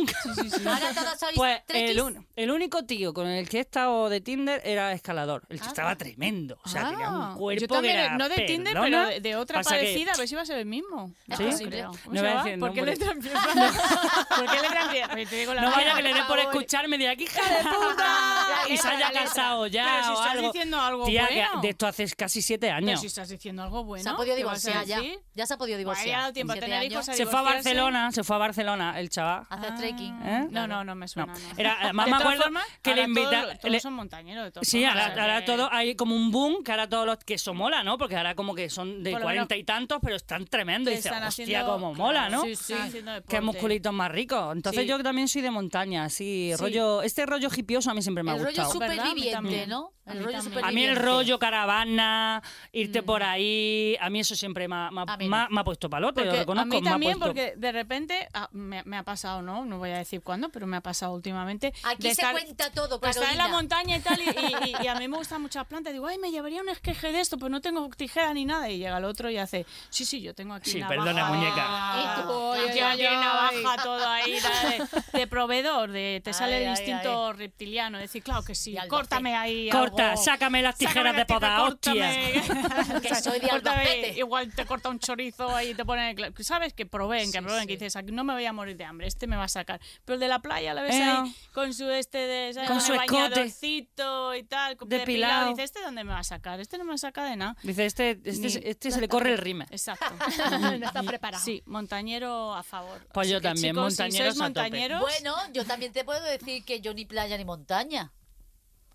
[SPEAKER 4] Ahora todos sois
[SPEAKER 2] Pues
[SPEAKER 4] trequis.
[SPEAKER 2] el, un- el único tío con el que he estado de Tinder era escalador. El que estaba tremendo. O sea, tenía
[SPEAKER 5] Ah,
[SPEAKER 2] un
[SPEAKER 5] yo
[SPEAKER 2] cuerpo que
[SPEAKER 5] también,
[SPEAKER 2] era,
[SPEAKER 5] No de Tinder, pero
[SPEAKER 2] perdona,
[SPEAKER 5] de, de otra
[SPEAKER 2] pasa que-
[SPEAKER 5] parecida, a ver si va a ser el mismo.
[SPEAKER 4] Es
[SPEAKER 5] No
[SPEAKER 4] posible.
[SPEAKER 5] creo.
[SPEAKER 2] No
[SPEAKER 5] ¿Cómo se
[SPEAKER 2] voy a
[SPEAKER 5] llama?
[SPEAKER 2] decir el
[SPEAKER 5] ¿Por qué
[SPEAKER 2] nombre.
[SPEAKER 5] letra empieza? ¿Por qué letra empieza? Pues te digo la
[SPEAKER 2] No vaya
[SPEAKER 5] mía.
[SPEAKER 2] que le dé por escucharme de aquí, hija de puta. y se haya casado ya.
[SPEAKER 5] Pero si
[SPEAKER 2] o
[SPEAKER 5] estás
[SPEAKER 2] algo.
[SPEAKER 5] diciendo algo
[SPEAKER 2] Tía, que
[SPEAKER 5] bueno.
[SPEAKER 2] de esto hace casi siete
[SPEAKER 5] Pero
[SPEAKER 2] años.
[SPEAKER 5] si estás diciendo algo bueno.
[SPEAKER 4] Se ha podido
[SPEAKER 5] ¿qué vas a
[SPEAKER 4] divorciar ya.
[SPEAKER 5] decir?
[SPEAKER 4] Ya se ha podido
[SPEAKER 5] Bueno,
[SPEAKER 4] divorciar.
[SPEAKER 5] ya ha dado tiempo a
[SPEAKER 4] En siete
[SPEAKER 5] tener
[SPEAKER 4] años.
[SPEAKER 5] hijos, a
[SPEAKER 2] Se fue a
[SPEAKER 5] divorciarse.
[SPEAKER 2] Barcelona, se fue a Barcelona el chaval.
[SPEAKER 5] Ah,
[SPEAKER 4] Hacer trekking.
[SPEAKER 2] ¿Eh?
[SPEAKER 5] No, no, no me suena. no.
[SPEAKER 2] Era, además
[SPEAKER 5] De
[SPEAKER 2] me
[SPEAKER 5] todas
[SPEAKER 2] acuerdo
[SPEAKER 5] formas,
[SPEAKER 2] que le
[SPEAKER 5] ahora
[SPEAKER 2] invita-
[SPEAKER 5] Todos, todos
[SPEAKER 2] le-
[SPEAKER 5] son montañeros de todas
[SPEAKER 2] Sí,
[SPEAKER 5] formas,
[SPEAKER 2] ahora,
[SPEAKER 5] o sea
[SPEAKER 2] ahora
[SPEAKER 5] que-
[SPEAKER 2] todo hay como un boom, que ahora todos los que eso mola, ¿no? Porque ahora como que son de
[SPEAKER 5] Por lo menos-
[SPEAKER 2] cuarenta y tantos, pero están tremendos. Y
[SPEAKER 5] que
[SPEAKER 2] dices,
[SPEAKER 5] están
[SPEAKER 2] hostia,
[SPEAKER 5] haciendo-
[SPEAKER 2] como mola,
[SPEAKER 5] claro,
[SPEAKER 2] ¿no?
[SPEAKER 5] sí, sí. Están haciendo
[SPEAKER 2] Qué
[SPEAKER 5] deporte.
[SPEAKER 2] musculitos más ricos. Entonces
[SPEAKER 5] Sí.
[SPEAKER 2] yo también soy de montaña, así,
[SPEAKER 5] Sí.
[SPEAKER 2] rollo, este rollo hipioso a mí siempre me ha
[SPEAKER 4] El rollo
[SPEAKER 2] gustado.
[SPEAKER 5] ¿Verdad? A mí
[SPEAKER 4] superviviente,
[SPEAKER 5] también.
[SPEAKER 4] ¿no?
[SPEAKER 5] A
[SPEAKER 4] El
[SPEAKER 5] mí también.
[SPEAKER 4] rollo
[SPEAKER 2] A mí el
[SPEAKER 4] superviviente.
[SPEAKER 2] rollo caravana, irte
[SPEAKER 5] Mm.
[SPEAKER 2] por ahí, a mí eso siempre me ha, me ha-
[SPEAKER 4] A mí no.
[SPEAKER 2] me ha- me ha puesto palote, lo
[SPEAKER 5] Porque
[SPEAKER 2] reconozco.
[SPEAKER 5] a mí
[SPEAKER 2] me ha
[SPEAKER 5] también,
[SPEAKER 2] puesto-
[SPEAKER 5] porque de repente ah, me, me ha pasado, ¿no? No voy a decir cuándo, pero me ha pasado últimamente.
[SPEAKER 4] Aquí
[SPEAKER 5] de
[SPEAKER 4] se
[SPEAKER 5] estar-
[SPEAKER 4] cuenta todo,
[SPEAKER 5] pues estar en la
[SPEAKER 4] Carolina.
[SPEAKER 5] montaña y tal, y, y- y- y a mí me gustan muchas plantas. Digo, ay, me llevaría un esqueje de esto, pues no tengo tijera ni nada. Y llega el otro y hace, sí, sí, yo tengo aquí
[SPEAKER 2] Sí,
[SPEAKER 5] navaja.
[SPEAKER 2] perdona, muñeca.
[SPEAKER 5] Ah,
[SPEAKER 4] Y tú, ay,
[SPEAKER 5] yo
[SPEAKER 4] ay,
[SPEAKER 5] tiene
[SPEAKER 4] ay.
[SPEAKER 5] navaja todo ahí, de, de proveedor, de, te sale
[SPEAKER 4] Ay,
[SPEAKER 5] el
[SPEAKER 4] ay,
[SPEAKER 5] instinto reptiliano. Decir, claro que sí,
[SPEAKER 4] Y Albacete.
[SPEAKER 5] córtame ahí
[SPEAKER 2] Corta,
[SPEAKER 5] algo.
[SPEAKER 2] sácame las tijeras de poda, hostia.
[SPEAKER 4] Que soy de
[SPEAKER 5] Córtame,
[SPEAKER 4] Albacete.
[SPEAKER 5] Igual te corta un chorizo ahí y te pone. Sabes que proveen, que
[SPEAKER 4] Sí,
[SPEAKER 5] proveen, que
[SPEAKER 4] sí.
[SPEAKER 5] dices, "Aquí no me voy a morir de hambre, este me va a sacar. Pero el de la playa la ves
[SPEAKER 2] Eh.
[SPEAKER 5] ahí con su este de ¿sabes?
[SPEAKER 2] Con su escote.
[SPEAKER 5] bañadorcito y tal, con-
[SPEAKER 2] Depilado.
[SPEAKER 5] depilado. Dices, ¿este dónde me va a sacar? Este no me saca de nada.
[SPEAKER 2] Dice, este, este,
[SPEAKER 5] Ni-
[SPEAKER 2] se- este se le corre el rime.
[SPEAKER 5] Exacto.
[SPEAKER 3] no está preparado.
[SPEAKER 5] Sí, montañero a favor.
[SPEAKER 2] Pues yo
[SPEAKER 5] que,
[SPEAKER 2] también,
[SPEAKER 5] chicos,
[SPEAKER 2] montañeros
[SPEAKER 5] si sois
[SPEAKER 2] a tope.
[SPEAKER 5] montañeros,
[SPEAKER 4] Bueno, yo también te puedo decir que yo ni playa ni montaña.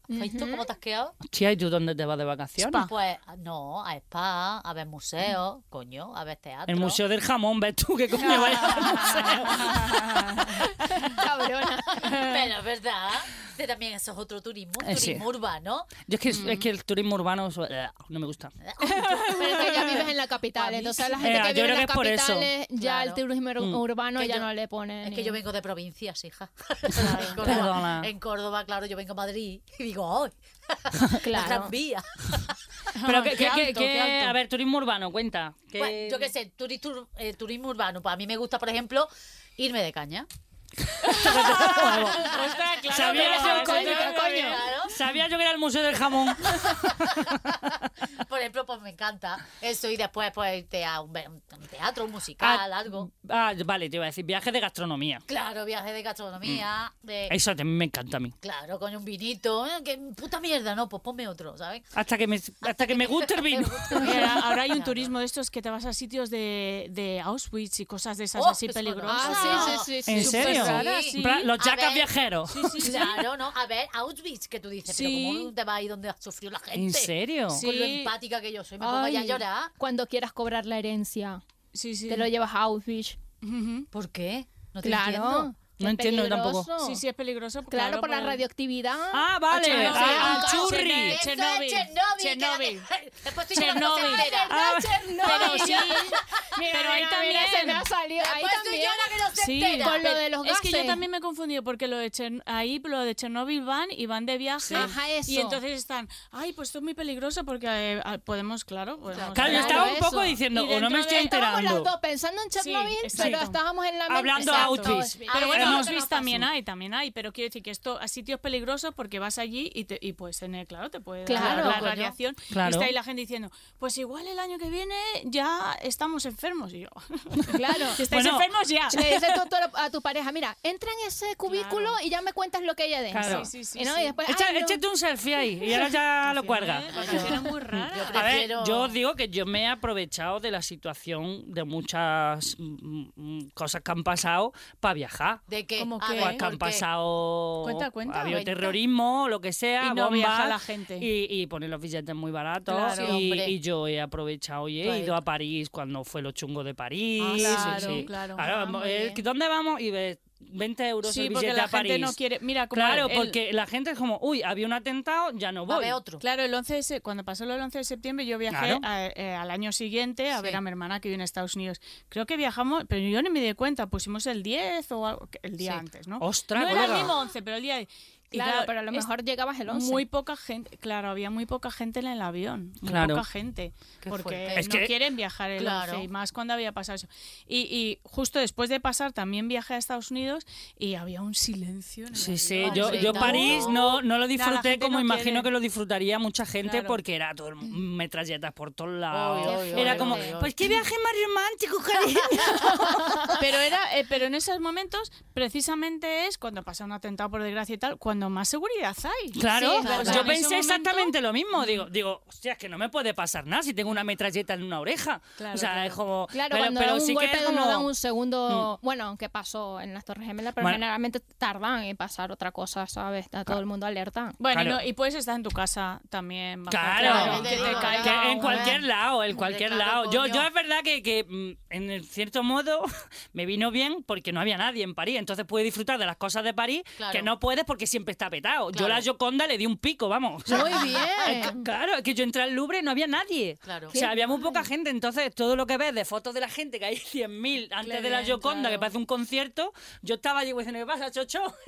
[SPEAKER 4] ¿Has visto cómo te has quedado?
[SPEAKER 2] Hostia, ¿y tú dónde te vas de vacaciones?
[SPEAKER 4] Pues no, a spa, a ver museos, coño, a ver teatro.
[SPEAKER 2] El Museo del Jamón, ves tú qué coño vaya al museo.
[SPEAKER 3] Cabrona.
[SPEAKER 4] Pero es verdad. Este también eso es otro turismo, un
[SPEAKER 2] Eh, sí.
[SPEAKER 4] turismo urbano.
[SPEAKER 2] Yo es que, es que el turismo urbano eso, eh, no me gusta.
[SPEAKER 3] Pero es que ya vives en la capital, entonces a la gente
[SPEAKER 2] Eh,
[SPEAKER 3] que
[SPEAKER 2] yo
[SPEAKER 3] vive
[SPEAKER 2] creo
[SPEAKER 3] en
[SPEAKER 2] que
[SPEAKER 3] las
[SPEAKER 2] es por eso.
[SPEAKER 3] capitales ya
[SPEAKER 4] Claro.
[SPEAKER 3] el turismo ur-
[SPEAKER 2] Mm.
[SPEAKER 3] urbano
[SPEAKER 4] Que
[SPEAKER 3] ya
[SPEAKER 4] yo-
[SPEAKER 3] no le pone.
[SPEAKER 4] Es que
[SPEAKER 3] ni-
[SPEAKER 4] yo vengo de provincias, hija. en, Córdoba,
[SPEAKER 2] Perdona.
[SPEAKER 4] en Córdoba, claro, yo vengo a Madrid y digo, ¡ay! La
[SPEAKER 3] Claro.
[SPEAKER 4] Gran Vía.
[SPEAKER 2] Pero que,
[SPEAKER 5] qué
[SPEAKER 2] que- que-
[SPEAKER 5] alto,
[SPEAKER 2] que-
[SPEAKER 5] qué alto.
[SPEAKER 2] a ver, turismo urbano, cuenta. Que-
[SPEAKER 4] Bueno, Pues, yo qué sé, turi- tur- eh, turismo urbano. Pues a mí me gusta, por ejemplo, irme de caña.
[SPEAKER 2] Ostras, claro,
[SPEAKER 5] Sabía que
[SPEAKER 2] mira,
[SPEAKER 5] era
[SPEAKER 2] eso,
[SPEAKER 5] cómica,
[SPEAKER 2] sabía,
[SPEAKER 5] coño.
[SPEAKER 2] sabía.
[SPEAKER 4] Claro.
[SPEAKER 2] Sabía yo que era el Museo del Jamón.
[SPEAKER 4] Por ejemplo, pues me encanta eso. Y después, pues irte a un, ve- un teatro, un musical, algo.
[SPEAKER 2] Ah, vale, te iba a decir, viajes de gastronomía.
[SPEAKER 4] Claro, viaje de gastronomía. De,
[SPEAKER 2] Eso también me encanta a mí.
[SPEAKER 4] claro, con un vinito. Eh, Que puta mierda, no, pues ponme otro, ¿sabes?
[SPEAKER 2] Hasta que me, hasta que me guste el vino.
[SPEAKER 5] Mira, ahora hay un
[SPEAKER 4] Claro.
[SPEAKER 5] turismo de estos que te vas a sitios de, de Auschwitz y cosas de esas
[SPEAKER 4] Oh,
[SPEAKER 5] así
[SPEAKER 4] es otra.
[SPEAKER 5] peligrosas.
[SPEAKER 3] Ah, sí, sí, sí. sí.
[SPEAKER 2] ¿En
[SPEAKER 3] sí.
[SPEAKER 2] serio?
[SPEAKER 5] rara,
[SPEAKER 4] Sí.
[SPEAKER 5] sí.
[SPEAKER 2] En plan, Los
[SPEAKER 4] A
[SPEAKER 2] yacas
[SPEAKER 4] ver.
[SPEAKER 2] viajeros.
[SPEAKER 4] Claro, ¿no? A ver, Auschwitz, que tú dices, pero
[SPEAKER 5] Sí.
[SPEAKER 4] ¿cómo te vas ahí donde ha sufrido la gente?
[SPEAKER 2] ¿En serio?
[SPEAKER 5] Sí.
[SPEAKER 4] Con lo empática que yo soy, me pongo
[SPEAKER 3] Ay,
[SPEAKER 4] allá a llorar.
[SPEAKER 3] Cuando quieras cobrar la herencia,
[SPEAKER 5] Sí, sí.
[SPEAKER 3] te lo llevas a Auschwitz.
[SPEAKER 5] Ujú.
[SPEAKER 4] ¿Por qué? No te
[SPEAKER 3] Claro.
[SPEAKER 4] entiendo.
[SPEAKER 2] No
[SPEAKER 3] Es
[SPEAKER 2] entiendo
[SPEAKER 3] peligroso.
[SPEAKER 2] tampoco.
[SPEAKER 5] Sí, sí, es peligroso.
[SPEAKER 3] Claro, por la
[SPEAKER 5] el-
[SPEAKER 3] radioactividad.
[SPEAKER 2] Ah, vale.
[SPEAKER 5] Ah, Chernobyl.
[SPEAKER 2] Ah, al
[SPEAKER 5] Ah,
[SPEAKER 2] churri.
[SPEAKER 5] Chernobyl.
[SPEAKER 4] Eso es
[SPEAKER 5] Chernobyl.
[SPEAKER 4] Chernobyl.
[SPEAKER 5] Chernobyl.
[SPEAKER 4] que la- Después estoy yo la que no se
[SPEAKER 5] Chernobyl.
[SPEAKER 4] entera.
[SPEAKER 2] Ah,
[SPEAKER 5] Pero sí. pero ahí también. Ah, pues
[SPEAKER 3] se me ha salido. Ahí
[SPEAKER 4] Después soy
[SPEAKER 3] también.
[SPEAKER 4] yo la que no se
[SPEAKER 5] Sí.
[SPEAKER 4] entera.
[SPEAKER 3] Con lo de los
[SPEAKER 5] Es
[SPEAKER 3] gases.
[SPEAKER 5] que yo también me he confundido porque lo de Chern- ahí lo de Chernobyl van y van de viaje
[SPEAKER 3] Ajá, eso.
[SPEAKER 5] y entonces están, ay, pues esto es muy peligroso porque eh, ah, podemos, claro, podemos-
[SPEAKER 2] Claro, yo
[SPEAKER 3] Claro,
[SPEAKER 2] estaba un
[SPEAKER 3] eso.
[SPEAKER 2] poco diciendo,
[SPEAKER 5] Y
[SPEAKER 2] o no
[SPEAKER 5] dentro
[SPEAKER 2] me estoy
[SPEAKER 5] de-
[SPEAKER 3] Estábamos las
[SPEAKER 2] enterando.
[SPEAKER 3] dos pensando en Chernobyl,
[SPEAKER 5] exacto.
[SPEAKER 3] pero estábamos en la mente.
[SPEAKER 2] Hablando
[SPEAKER 5] de
[SPEAKER 3] Exacto.
[SPEAKER 2] Auschwitz.
[SPEAKER 5] Pero bueno,
[SPEAKER 2] Hemos-
[SPEAKER 5] hemos visto también hay, también hay, pero quiero decir que esto a sitios peligrosos porque vas allí y, te- y pues en el, claro, te puede
[SPEAKER 3] Claro,
[SPEAKER 5] dar la
[SPEAKER 4] coño.
[SPEAKER 5] radiación
[SPEAKER 2] Claro.
[SPEAKER 5] y está ahí la gente diciendo, pues igual el año que viene ya estamos enfermos y yo.
[SPEAKER 3] Claro.
[SPEAKER 5] Si estáis
[SPEAKER 2] Bueno,
[SPEAKER 5] enfermos ya.
[SPEAKER 3] Le dices tú a tu- a tu pareja, mira, entra en ese cubículo
[SPEAKER 5] Claro.
[SPEAKER 3] y ya me cuentas lo que ella densa.
[SPEAKER 2] Claro.
[SPEAKER 5] Sí, sí, sí,
[SPEAKER 3] Y no,
[SPEAKER 5] sí.
[SPEAKER 3] y después,
[SPEAKER 2] Echa-
[SPEAKER 3] ay, no.
[SPEAKER 2] Échate un selfie ahí y ahora ya lo cuelga.
[SPEAKER 5] Eh, vacaciones muy raras.
[SPEAKER 4] Yo
[SPEAKER 2] A ver,
[SPEAKER 4] prefiero-
[SPEAKER 2] yo os digo que yo me he aprovechado de la situación de muchas mm, mm, cosas que han pasado para viajar.
[SPEAKER 4] ¿De qué?
[SPEAKER 5] ¿Cómo
[SPEAKER 4] A
[SPEAKER 5] qué? Pues
[SPEAKER 4] ver,
[SPEAKER 2] Pues que han
[SPEAKER 4] ¿por qué?
[SPEAKER 2] pasado
[SPEAKER 5] Cuenta, cuenta,
[SPEAKER 2] avioterrorismo, lo que sea,
[SPEAKER 5] Y no
[SPEAKER 2] bombas,
[SPEAKER 5] viaja la gente.
[SPEAKER 2] Y, y poner los billetes muy baratos.
[SPEAKER 5] Claro,
[SPEAKER 2] y,
[SPEAKER 4] hombre.
[SPEAKER 2] y yo he aprovechado y
[SPEAKER 4] Tú
[SPEAKER 2] he
[SPEAKER 4] has
[SPEAKER 2] ido a París cuando fue lo chungo de París.
[SPEAKER 5] Ah, claro, claro.
[SPEAKER 2] Ahora,
[SPEAKER 5] Ah, muy
[SPEAKER 2] eh,
[SPEAKER 5] bien.
[SPEAKER 2] ¿Dónde vamos? Y ves 20 euros
[SPEAKER 5] Sí,
[SPEAKER 2] el
[SPEAKER 5] porque
[SPEAKER 2] billete
[SPEAKER 5] la
[SPEAKER 2] a París.
[SPEAKER 5] gente no quiere. Mira, como
[SPEAKER 2] Claro,
[SPEAKER 5] el-
[SPEAKER 2] porque la gente es como, uy, había un atentado, ya no
[SPEAKER 4] Va a
[SPEAKER 2] voy.
[SPEAKER 4] ver otro.
[SPEAKER 5] Claro, el 11 de se- cuando pasó lo del 11 de septiembre yo viajé
[SPEAKER 2] Claro.
[SPEAKER 5] a- eh, al año siguiente a
[SPEAKER 4] Sí.
[SPEAKER 5] ver a mi hermana que vive en Estados Unidos. Creo que viajamos, pero yo no me di cuenta, pusimos el 10 o algo- el día
[SPEAKER 4] Sí.
[SPEAKER 5] antes, ¿no?
[SPEAKER 2] Ostras,
[SPEAKER 5] no era el
[SPEAKER 2] colega.
[SPEAKER 5] mismo 11, pero el día... y
[SPEAKER 3] Claro, pero a lo
[SPEAKER 5] es
[SPEAKER 3] mejor llegabas el 11.
[SPEAKER 5] Muy poca gente, claro, había muy poca gente en el avión, muy
[SPEAKER 2] Claro.
[SPEAKER 5] poca gente,
[SPEAKER 4] Qué
[SPEAKER 5] porque
[SPEAKER 4] fuerte.
[SPEAKER 2] Es
[SPEAKER 5] no
[SPEAKER 2] que-
[SPEAKER 5] quieren viajar el
[SPEAKER 4] Claro.
[SPEAKER 5] 11, y más cuando había pasado eso. Y, y justo después de pasar también viajé a Estados Unidos y había un silencio. En el
[SPEAKER 2] Sí, sí,
[SPEAKER 5] avión.
[SPEAKER 2] yo,
[SPEAKER 4] Hombre,
[SPEAKER 2] yo
[SPEAKER 4] no.
[SPEAKER 2] París no, no lo
[SPEAKER 5] la
[SPEAKER 2] disfruté
[SPEAKER 5] gente
[SPEAKER 2] como
[SPEAKER 5] no
[SPEAKER 2] imagino
[SPEAKER 5] quiere.
[SPEAKER 2] que lo disfrutaría mucha gente
[SPEAKER 5] Claro.
[SPEAKER 2] porque era todo el mu- metralletas por todos lados.
[SPEAKER 4] Oy, oy,
[SPEAKER 2] era
[SPEAKER 4] oy,
[SPEAKER 2] como,
[SPEAKER 4] oy, oy.
[SPEAKER 2] pues qué viaje más romántico, cariño.
[SPEAKER 5] Pero era, eh, pero en esos momentos, precisamente es cuando pasa un atentado por desgracia y tal, cuando más seguridad hay.
[SPEAKER 2] claro, pues
[SPEAKER 3] Sí, es verdad.
[SPEAKER 2] yo
[SPEAKER 5] En ese
[SPEAKER 2] pensé
[SPEAKER 5] momento-
[SPEAKER 2] exactamente lo mismo. Digo, digo, hostia, es que no me puede pasar nada si tengo una metralleta en una oreja.
[SPEAKER 5] Claro,
[SPEAKER 2] o sea,
[SPEAKER 5] claro.
[SPEAKER 2] es como,
[SPEAKER 3] Claro,
[SPEAKER 2] pero,
[SPEAKER 3] cuando
[SPEAKER 2] pero
[SPEAKER 3] dan un
[SPEAKER 2] sí que
[SPEAKER 3] golpe
[SPEAKER 2] es
[SPEAKER 3] no
[SPEAKER 2] como, Mm.
[SPEAKER 3] dan un segundo, bueno, aunque pasó en las Torres Gemelas, pero
[SPEAKER 2] Bueno.
[SPEAKER 3] generalmente tardan en pasar otra cosa, ¿sabes? Está todo el mundo alerta.
[SPEAKER 5] Bueno, y
[SPEAKER 2] Claro.
[SPEAKER 5] no- y puedes estar en tu casa también. bajo-
[SPEAKER 2] Claro,
[SPEAKER 4] Claro,
[SPEAKER 5] que te
[SPEAKER 4] digo,
[SPEAKER 5] caiga
[SPEAKER 2] que en
[SPEAKER 4] un-
[SPEAKER 2] cualquier lado, en cualquier
[SPEAKER 4] claro,
[SPEAKER 2] lado. Yo, yo
[SPEAKER 4] coño.
[SPEAKER 2] es verdad que, que, mm, en el cierto modo me vino bien porque no había nadie en París, entonces pude disfrutar de las cosas de París
[SPEAKER 4] Claro.
[SPEAKER 2] que no puedes porque siempre está petado. Yo
[SPEAKER 4] Claro.
[SPEAKER 2] la Gioconda le di un pico, vamos. O sea,
[SPEAKER 3] Muy
[SPEAKER 5] Eh.
[SPEAKER 2] es que-
[SPEAKER 3] bien.
[SPEAKER 2] Claro, es que yo entré al Louvre y no había nadie.
[SPEAKER 4] Claro.
[SPEAKER 2] O sea,
[SPEAKER 3] Qué
[SPEAKER 2] había muy poca gente, entonces todo lo que ves de fotos de la gente, que hay 100.000 antes
[SPEAKER 5] Qué
[SPEAKER 2] de la
[SPEAKER 5] bien,
[SPEAKER 2] Gioconda, que
[SPEAKER 5] claro.
[SPEAKER 2] parece un concierto, yo estaba allí pues, diciendo, ¿qué pasa, chocho?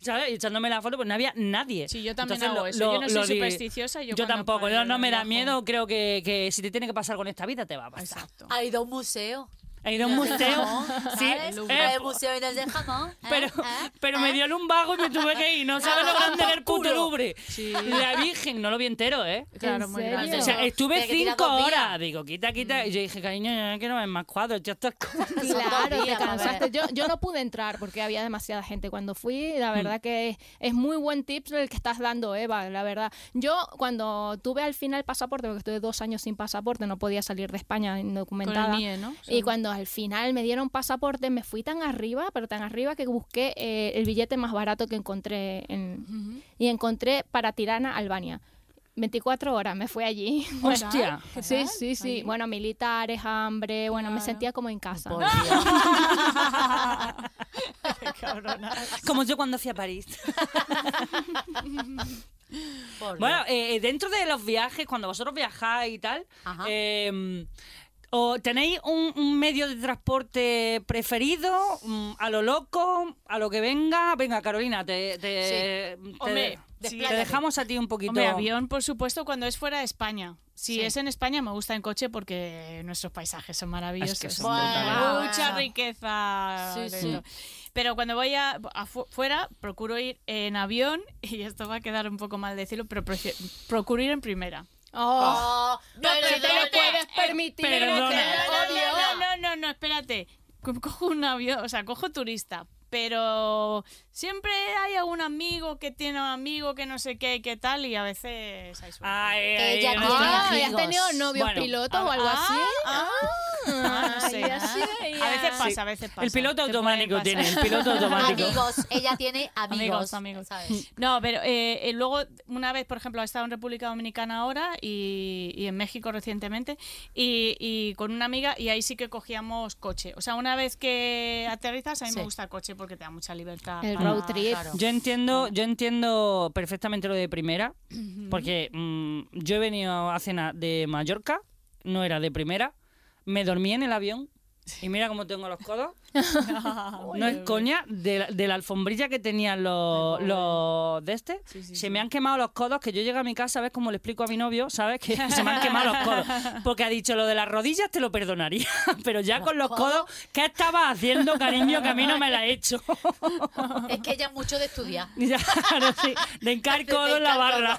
[SPEAKER 2] ¿Sabes? Y echándome la foto, pues no había nadie.
[SPEAKER 5] Sí, yo también
[SPEAKER 2] Entonces,
[SPEAKER 5] hago
[SPEAKER 2] lo-
[SPEAKER 5] eso.
[SPEAKER 2] lo-
[SPEAKER 5] yo no
[SPEAKER 2] lo
[SPEAKER 5] soy
[SPEAKER 2] di-
[SPEAKER 5] supersticiosa. Yo,
[SPEAKER 2] yo
[SPEAKER 5] cuando
[SPEAKER 2] tampoco,
[SPEAKER 5] puedo,
[SPEAKER 2] yo no me da
[SPEAKER 5] relajo.
[SPEAKER 2] miedo, creo que, que si te tiene que pasar con esta vida te va a pasar.
[SPEAKER 5] Exacto.
[SPEAKER 4] Ha ido a un museo.
[SPEAKER 2] He ido a un museo, sí,
[SPEAKER 4] ¿Sabes?
[SPEAKER 2] eh,
[SPEAKER 4] Ha ido a un museo y nos dejamos.
[SPEAKER 5] ¿Eh?
[SPEAKER 2] pero,
[SPEAKER 4] ¿Eh?
[SPEAKER 2] pero me dio el lumbago y me tuve que ir, no sabes lo grande del puto Louvre.
[SPEAKER 5] Sí.
[SPEAKER 2] La Virgen, no lo vi entero, ¿eh?
[SPEAKER 5] Claro,
[SPEAKER 3] ¿En
[SPEAKER 5] muy
[SPEAKER 3] serio?
[SPEAKER 5] grande.
[SPEAKER 2] O sea,
[SPEAKER 4] Pero,
[SPEAKER 2] estuve
[SPEAKER 4] pero que tira
[SPEAKER 2] cinco
[SPEAKER 4] dos días.
[SPEAKER 2] horas. Digo, quita, quita. Y yo dije, cariño, ya que no ves más cuadros, ya estás con...
[SPEAKER 3] Claro, te
[SPEAKER 4] días, a ver.
[SPEAKER 3] cansaste. Yo, yo no pude entrar porque había demasiada gente cuando fui.
[SPEAKER 2] Mm.
[SPEAKER 3] La verdad que es, es muy buen tip el que estás dando, Eva, la verdad. Yo cuando tuve al final pasaporte, porque estuve dos años sin pasaporte, no podía salir de España
[SPEAKER 5] Con el
[SPEAKER 3] indocumentada.
[SPEAKER 5] NIE, ¿no?
[SPEAKER 3] Y cuando al final me dieron pasaporte, me fui tan arriba, pero tan arriba que busqué eh, el billete más barato que encontré en-
[SPEAKER 5] Ujú.
[SPEAKER 3] y encontré para Tirana, Albania. 24 horas me fue allí.
[SPEAKER 2] Hostia.
[SPEAKER 3] Sí, sí, sí. Bueno, militares, hambre, bueno, me
[SPEAKER 5] Claro.
[SPEAKER 3] sentía como en casa.
[SPEAKER 4] Por Dios.
[SPEAKER 2] Como yo cuando fui a París.
[SPEAKER 4] por
[SPEAKER 2] Bueno,
[SPEAKER 4] Dios.
[SPEAKER 2] eh, eh, dentro de los viajes, cuando vosotros viajáis y tal,
[SPEAKER 4] Ajá.
[SPEAKER 2] eh, ¿o ¿tenéis un, un medio de transporte preferido? Mm, ¿A lo loco? ¿A lo que venga? Venga, Carolina, te, te, te-
[SPEAKER 5] Hombre,
[SPEAKER 2] te
[SPEAKER 5] sí.
[SPEAKER 2] dejamos a ti un poquito.
[SPEAKER 5] Hombre, avión, por supuesto, cuando es fuera de España. Si
[SPEAKER 4] Sí.
[SPEAKER 5] es en España, me gusta en coche porque nuestros paisajes son maravillosos.
[SPEAKER 2] Es que son
[SPEAKER 4] brutales.
[SPEAKER 5] mucha
[SPEAKER 4] Bueno.
[SPEAKER 5] riqueza.
[SPEAKER 4] Sí,
[SPEAKER 5] de
[SPEAKER 4] sí.
[SPEAKER 5] todo. Pero cuando voy a- afuera, procuro ir en avión, y esto va a quedar un poco mal decirlo, pero prefi- procuro ir en primera.
[SPEAKER 4] Oh,
[SPEAKER 5] No,
[SPEAKER 4] pero
[SPEAKER 5] pero
[SPEAKER 4] te lo puedes-
[SPEAKER 3] permitir.
[SPEAKER 5] Perdona.
[SPEAKER 4] te odio.
[SPEAKER 5] No, no, no, no, no, espérate. Co- Cojo un avión, o sea, cojo turista. Pero siempre hay algún amigo que tiene un amigo que no sé qué, qué tal, y a veces hay suerte.
[SPEAKER 2] Ay, ay,
[SPEAKER 4] Ella
[SPEAKER 2] ay,
[SPEAKER 4] tiene
[SPEAKER 2] ay.
[SPEAKER 3] Ah, ¿y has
[SPEAKER 4] amigos.
[SPEAKER 3] tenido novios
[SPEAKER 2] Bueno,
[SPEAKER 3] pilotos o algo así?
[SPEAKER 5] Ah, ah, no sé.
[SPEAKER 3] ya sé,
[SPEAKER 5] A
[SPEAKER 3] ya.
[SPEAKER 5] veces
[SPEAKER 2] Sí.
[SPEAKER 5] pasa, a veces pasa.
[SPEAKER 2] El piloto
[SPEAKER 5] Te puede
[SPEAKER 2] automático
[SPEAKER 5] pasar.
[SPEAKER 2] tiene, el piloto automático.
[SPEAKER 4] Amigos, ella tiene amigos.
[SPEAKER 5] Amigos, amigos.
[SPEAKER 4] ¿sabes?
[SPEAKER 5] No, pero eh, eh, luego, una vez, por ejemplo, he estado en República Dominicana ahora y, y en México recientemente, y, y con una amiga, y ahí sí que cogíamos coche. O sea, una vez que aterrizas, a mí
[SPEAKER 4] Sí.
[SPEAKER 5] me gusta el coche porque te da mucha libertad.
[SPEAKER 3] El
[SPEAKER 5] para-
[SPEAKER 3] road trip.
[SPEAKER 4] claro.
[SPEAKER 2] Yo entiendo, yo entiendo perfectamente lo de primera, porque mm, yo he venido a cena de Mallorca, no era de primera, me dormí en el avión y mira cómo tengo los codos. no es coña, de la, de la alfombrilla que tenían los, los de este, se me han quemado los codos, que yo llego a mi casa, ¿sabes cómo le explico a mi novio? ¿Sabes? Que se me han quemado los codos. Porque ha dicho lo de las rodillas te lo perdonaría, pero ya con los codos, ¿qué estabas haciendo, cariño? Que a mí no me la he hecho.
[SPEAKER 4] Es que ella es mucho de estudiar.
[SPEAKER 2] Ya, claro, sí. De hincar
[SPEAKER 4] De- de
[SPEAKER 2] codo en la
[SPEAKER 4] hincar
[SPEAKER 2] barra.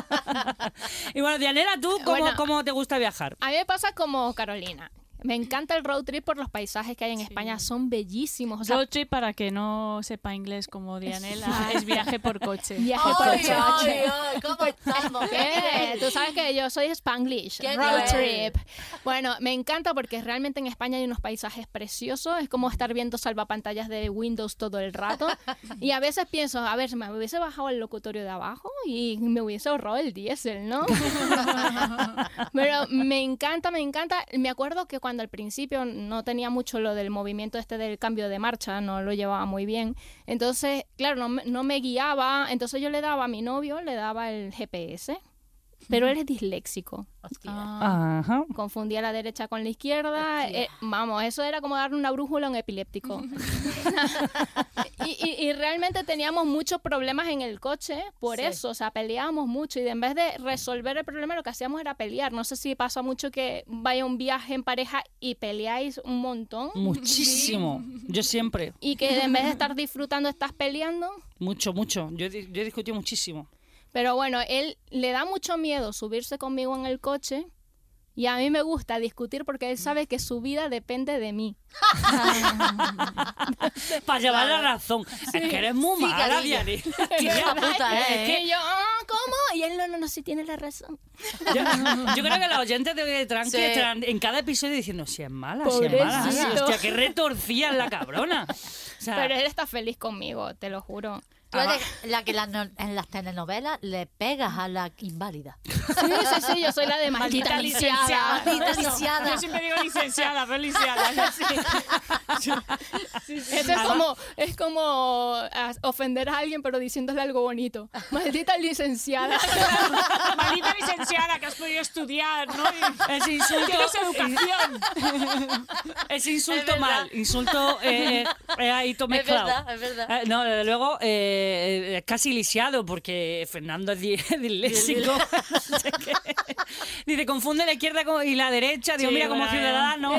[SPEAKER 2] y bueno, Dianela, ¿tú cómo,
[SPEAKER 3] Bueno.
[SPEAKER 2] cómo te gusta viajar?
[SPEAKER 3] A mí me pasa como Carolina. Me encanta el road trip por los paisajes que hay en España. Son bellísimos. O sea,
[SPEAKER 5] Road trip, para que no sepa inglés como Dianela, es viaje por coche.
[SPEAKER 3] viaje por
[SPEAKER 4] Ay, ay,
[SPEAKER 3] coche.
[SPEAKER 4] ay, ¿Cómo estamos?
[SPEAKER 3] Eh, Tú sabes que yo soy Spanglish.
[SPEAKER 4] Qué
[SPEAKER 3] Road
[SPEAKER 4] nivel.
[SPEAKER 3] trip. Bueno, me encanta porque realmente en España hay unos paisajes preciosos. Es como estar viendo salvapantallas de Windows todo el rato. Y a veces pienso, a ver, me hubiese bajado el locutorio de abajo y me hubiese ahorrado el diésel, ¿no? Pero me encanta, me encanta. Me acuerdo que cuando al principio no tenía mucho lo del movimiento este del cambio de marcha, no lo llevaba muy bien. Entonces, claro, no, me- no me guiaba. Entonces yo le daba a mi novio, le daba el GPS. Pero él es disléxico.
[SPEAKER 4] Hostia.
[SPEAKER 5] Ah.
[SPEAKER 2] Ajá.
[SPEAKER 3] Confundía la derecha con la izquierda.
[SPEAKER 4] Hostia.
[SPEAKER 3] eh, vamos, eso era como darle una brújula a un epiléptico. y, y- y realmente teníamos muchos problemas en el coche por
[SPEAKER 4] Sí.
[SPEAKER 3] eso. O sea, peleábamos mucho. Y de- en vez de resolver el problema, lo que hacíamos era pelear. No sé si pasa mucho que vaya un viaje en pareja y peleáis un montón.
[SPEAKER 2] Muchísimo. Yo siempre.
[SPEAKER 3] Y que en vez de estar disfrutando, estás peleando.
[SPEAKER 2] Mucho, mucho. Yo, he di- yo he discutido muchísimo.
[SPEAKER 3] Pero bueno, él le da mucho miedo subirse conmigo en el coche y a mí me gusta discutir porque él sabe que su vida depende de mí.
[SPEAKER 2] Para llevar la razón. Es que eres muy
[SPEAKER 4] Sí,
[SPEAKER 2] mala,
[SPEAKER 4] cariño.
[SPEAKER 2] Dianela.
[SPEAKER 4] Hija puta,
[SPEAKER 3] Es
[SPEAKER 4] ¿eh?
[SPEAKER 3] que yo, "Ah, ¿cómo? Y él, no, no, no, si tiene la razón.
[SPEAKER 2] Yo, yo creo que los oyentes de Tranqui
[SPEAKER 4] Sí.
[SPEAKER 2] estarán en cada episodio diciendo si es mala, si es mala.
[SPEAKER 3] Pobrecito.
[SPEAKER 2] Hostia, qué retorcía es la cabrona. O
[SPEAKER 5] Ah.
[SPEAKER 2] sea,
[SPEAKER 3] Pero él está feliz conmigo, te lo juro.
[SPEAKER 4] Tú eres la que las no- en las telenovelas le pegas a la inválida.
[SPEAKER 3] Sí, sí, sí, yo soy la de maldita,
[SPEAKER 2] Ah,
[SPEAKER 3] lisiada.
[SPEAKER 4] Maldita lisiada.
[SPEAKER 5] Yo siempre digo licenciada, pero lisiada. Sí.
[SPEAKER 3] Eso es como, es como ah, ofender a alguien pero diciéndole algo bonito. Maldita licenciada.
[SPEAKER 5] Maldita licenciada que has podido estudiar, ¿no?
[SPEAKER 2] Es insulto.
[SPEAKER 5] Tienes educación.
[SPEAKER 2] Es insulto
[SPEAKER 4] Es verdad.
[SPEAKER 2] mal, insulto eh, eh, eh, ahí todo
[SPEAKER 4] Es
[SPEAKER 2] mezclado.
[SPEAKER 4] verdad, es verdad.
[SPEAKER 2] Eh, no, desde luego eh, eh, es casi lisiado porque Fernando es di- disléxico. No sé qué. Dice, confunde la izquierda con- y la derecha. Dios,
[SPEAKER 5] Sí,
[SPEAKER 2] mira como
[SPEAKER 5] bueno.
[SPEAKER 2] ciudadano.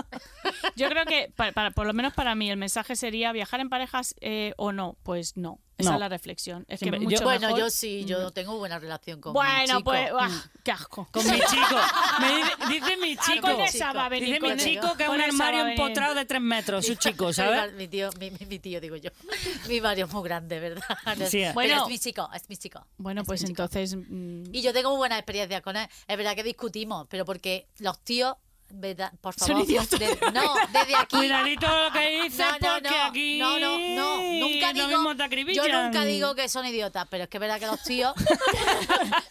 [SPEAKER 5] Yo creo que, pa- para- por lo menos para mí, el mensaje sería viajar en parejas eh, o no. Pues no. Esa
[SPEAKER 2] No.
[SPEAKER 5] es la reflexión. Es que
[SPEAKER 2] Siempre-
[SPEAKER 5] mucho
[SPEAKER 2] yo-
[SPEAKER 5] mejor- Mm.
[SPEAKER 4] Bueno, yo sí, yo tengo buena relación con mi
[SPEAKER 5] Bueno,
[SPEAKER 4] chico. Mm.
[SPEAKER 5] pues, ah, qué asco.
[SPEAKER 2] Con mi chico. Me dice, dice mi
[SPEAKER 5] Ah,
[SPEAKER 2] chico.
[SPEAKER 5] con esa va a venir.
[SPEAKER 2] Dice mi
[SPEAKER 5] con-
[SPEAKER 2] chico que es
[SPEAKER 5] con
[SPEAKER 2] un
[SPEAKER 5] esa va
[SPEAKER 2] armario
[SPEAKER 5] a venir.
[SPEAKER 2] empotrado de tres metros, su chico, ¿sabes?
[SPEAKER 4] Mi tío, mi, mi- mi tío, digo yo. Mi Mario es muy grande, ¿verdad?
[SPEAKER 2] Sí,
[SPEAKER 4] Pero
[SPEAKER 5] bueno.
[SPEAKER 4] es mi chico, es mi chico.
[SPEAKER 5] Bueno,
[SPEAKER 4] es
[SPEAKER 5] pues
[SPEAKER 4] mi chico.
[SPEAKER 5] entonces. mm,
[SPEAKER 4] Y yo tengo muy buena experiencia con él. Es verdad que discutimos, pero porque los tíos verdad, por
[SPEAKER 5] Son
[SPEAKER 4] favor.
[SPEAKER 5] idiotas.
[SPEAKER 4] de- no, desde aquí.
[SPEAKER 6] Cuidadito lo que dices,
[SPEAKER 4] No, no,
[SPEAKER 6] porque
[SPEAKER 4] no,
[SPEAKER 6] aquí.
[SPEAKER 4] no, no, no, nunca
[SPEAKER 6] lo
[SPEAKER 4] digo,
[SPEAKER 6] mismo te
[SPEAKER 4] yo
[SPEAKER 6] acribillan.
[SPEAKER 4] nunca digo que son idiotas, pero es que es verdad que los tíos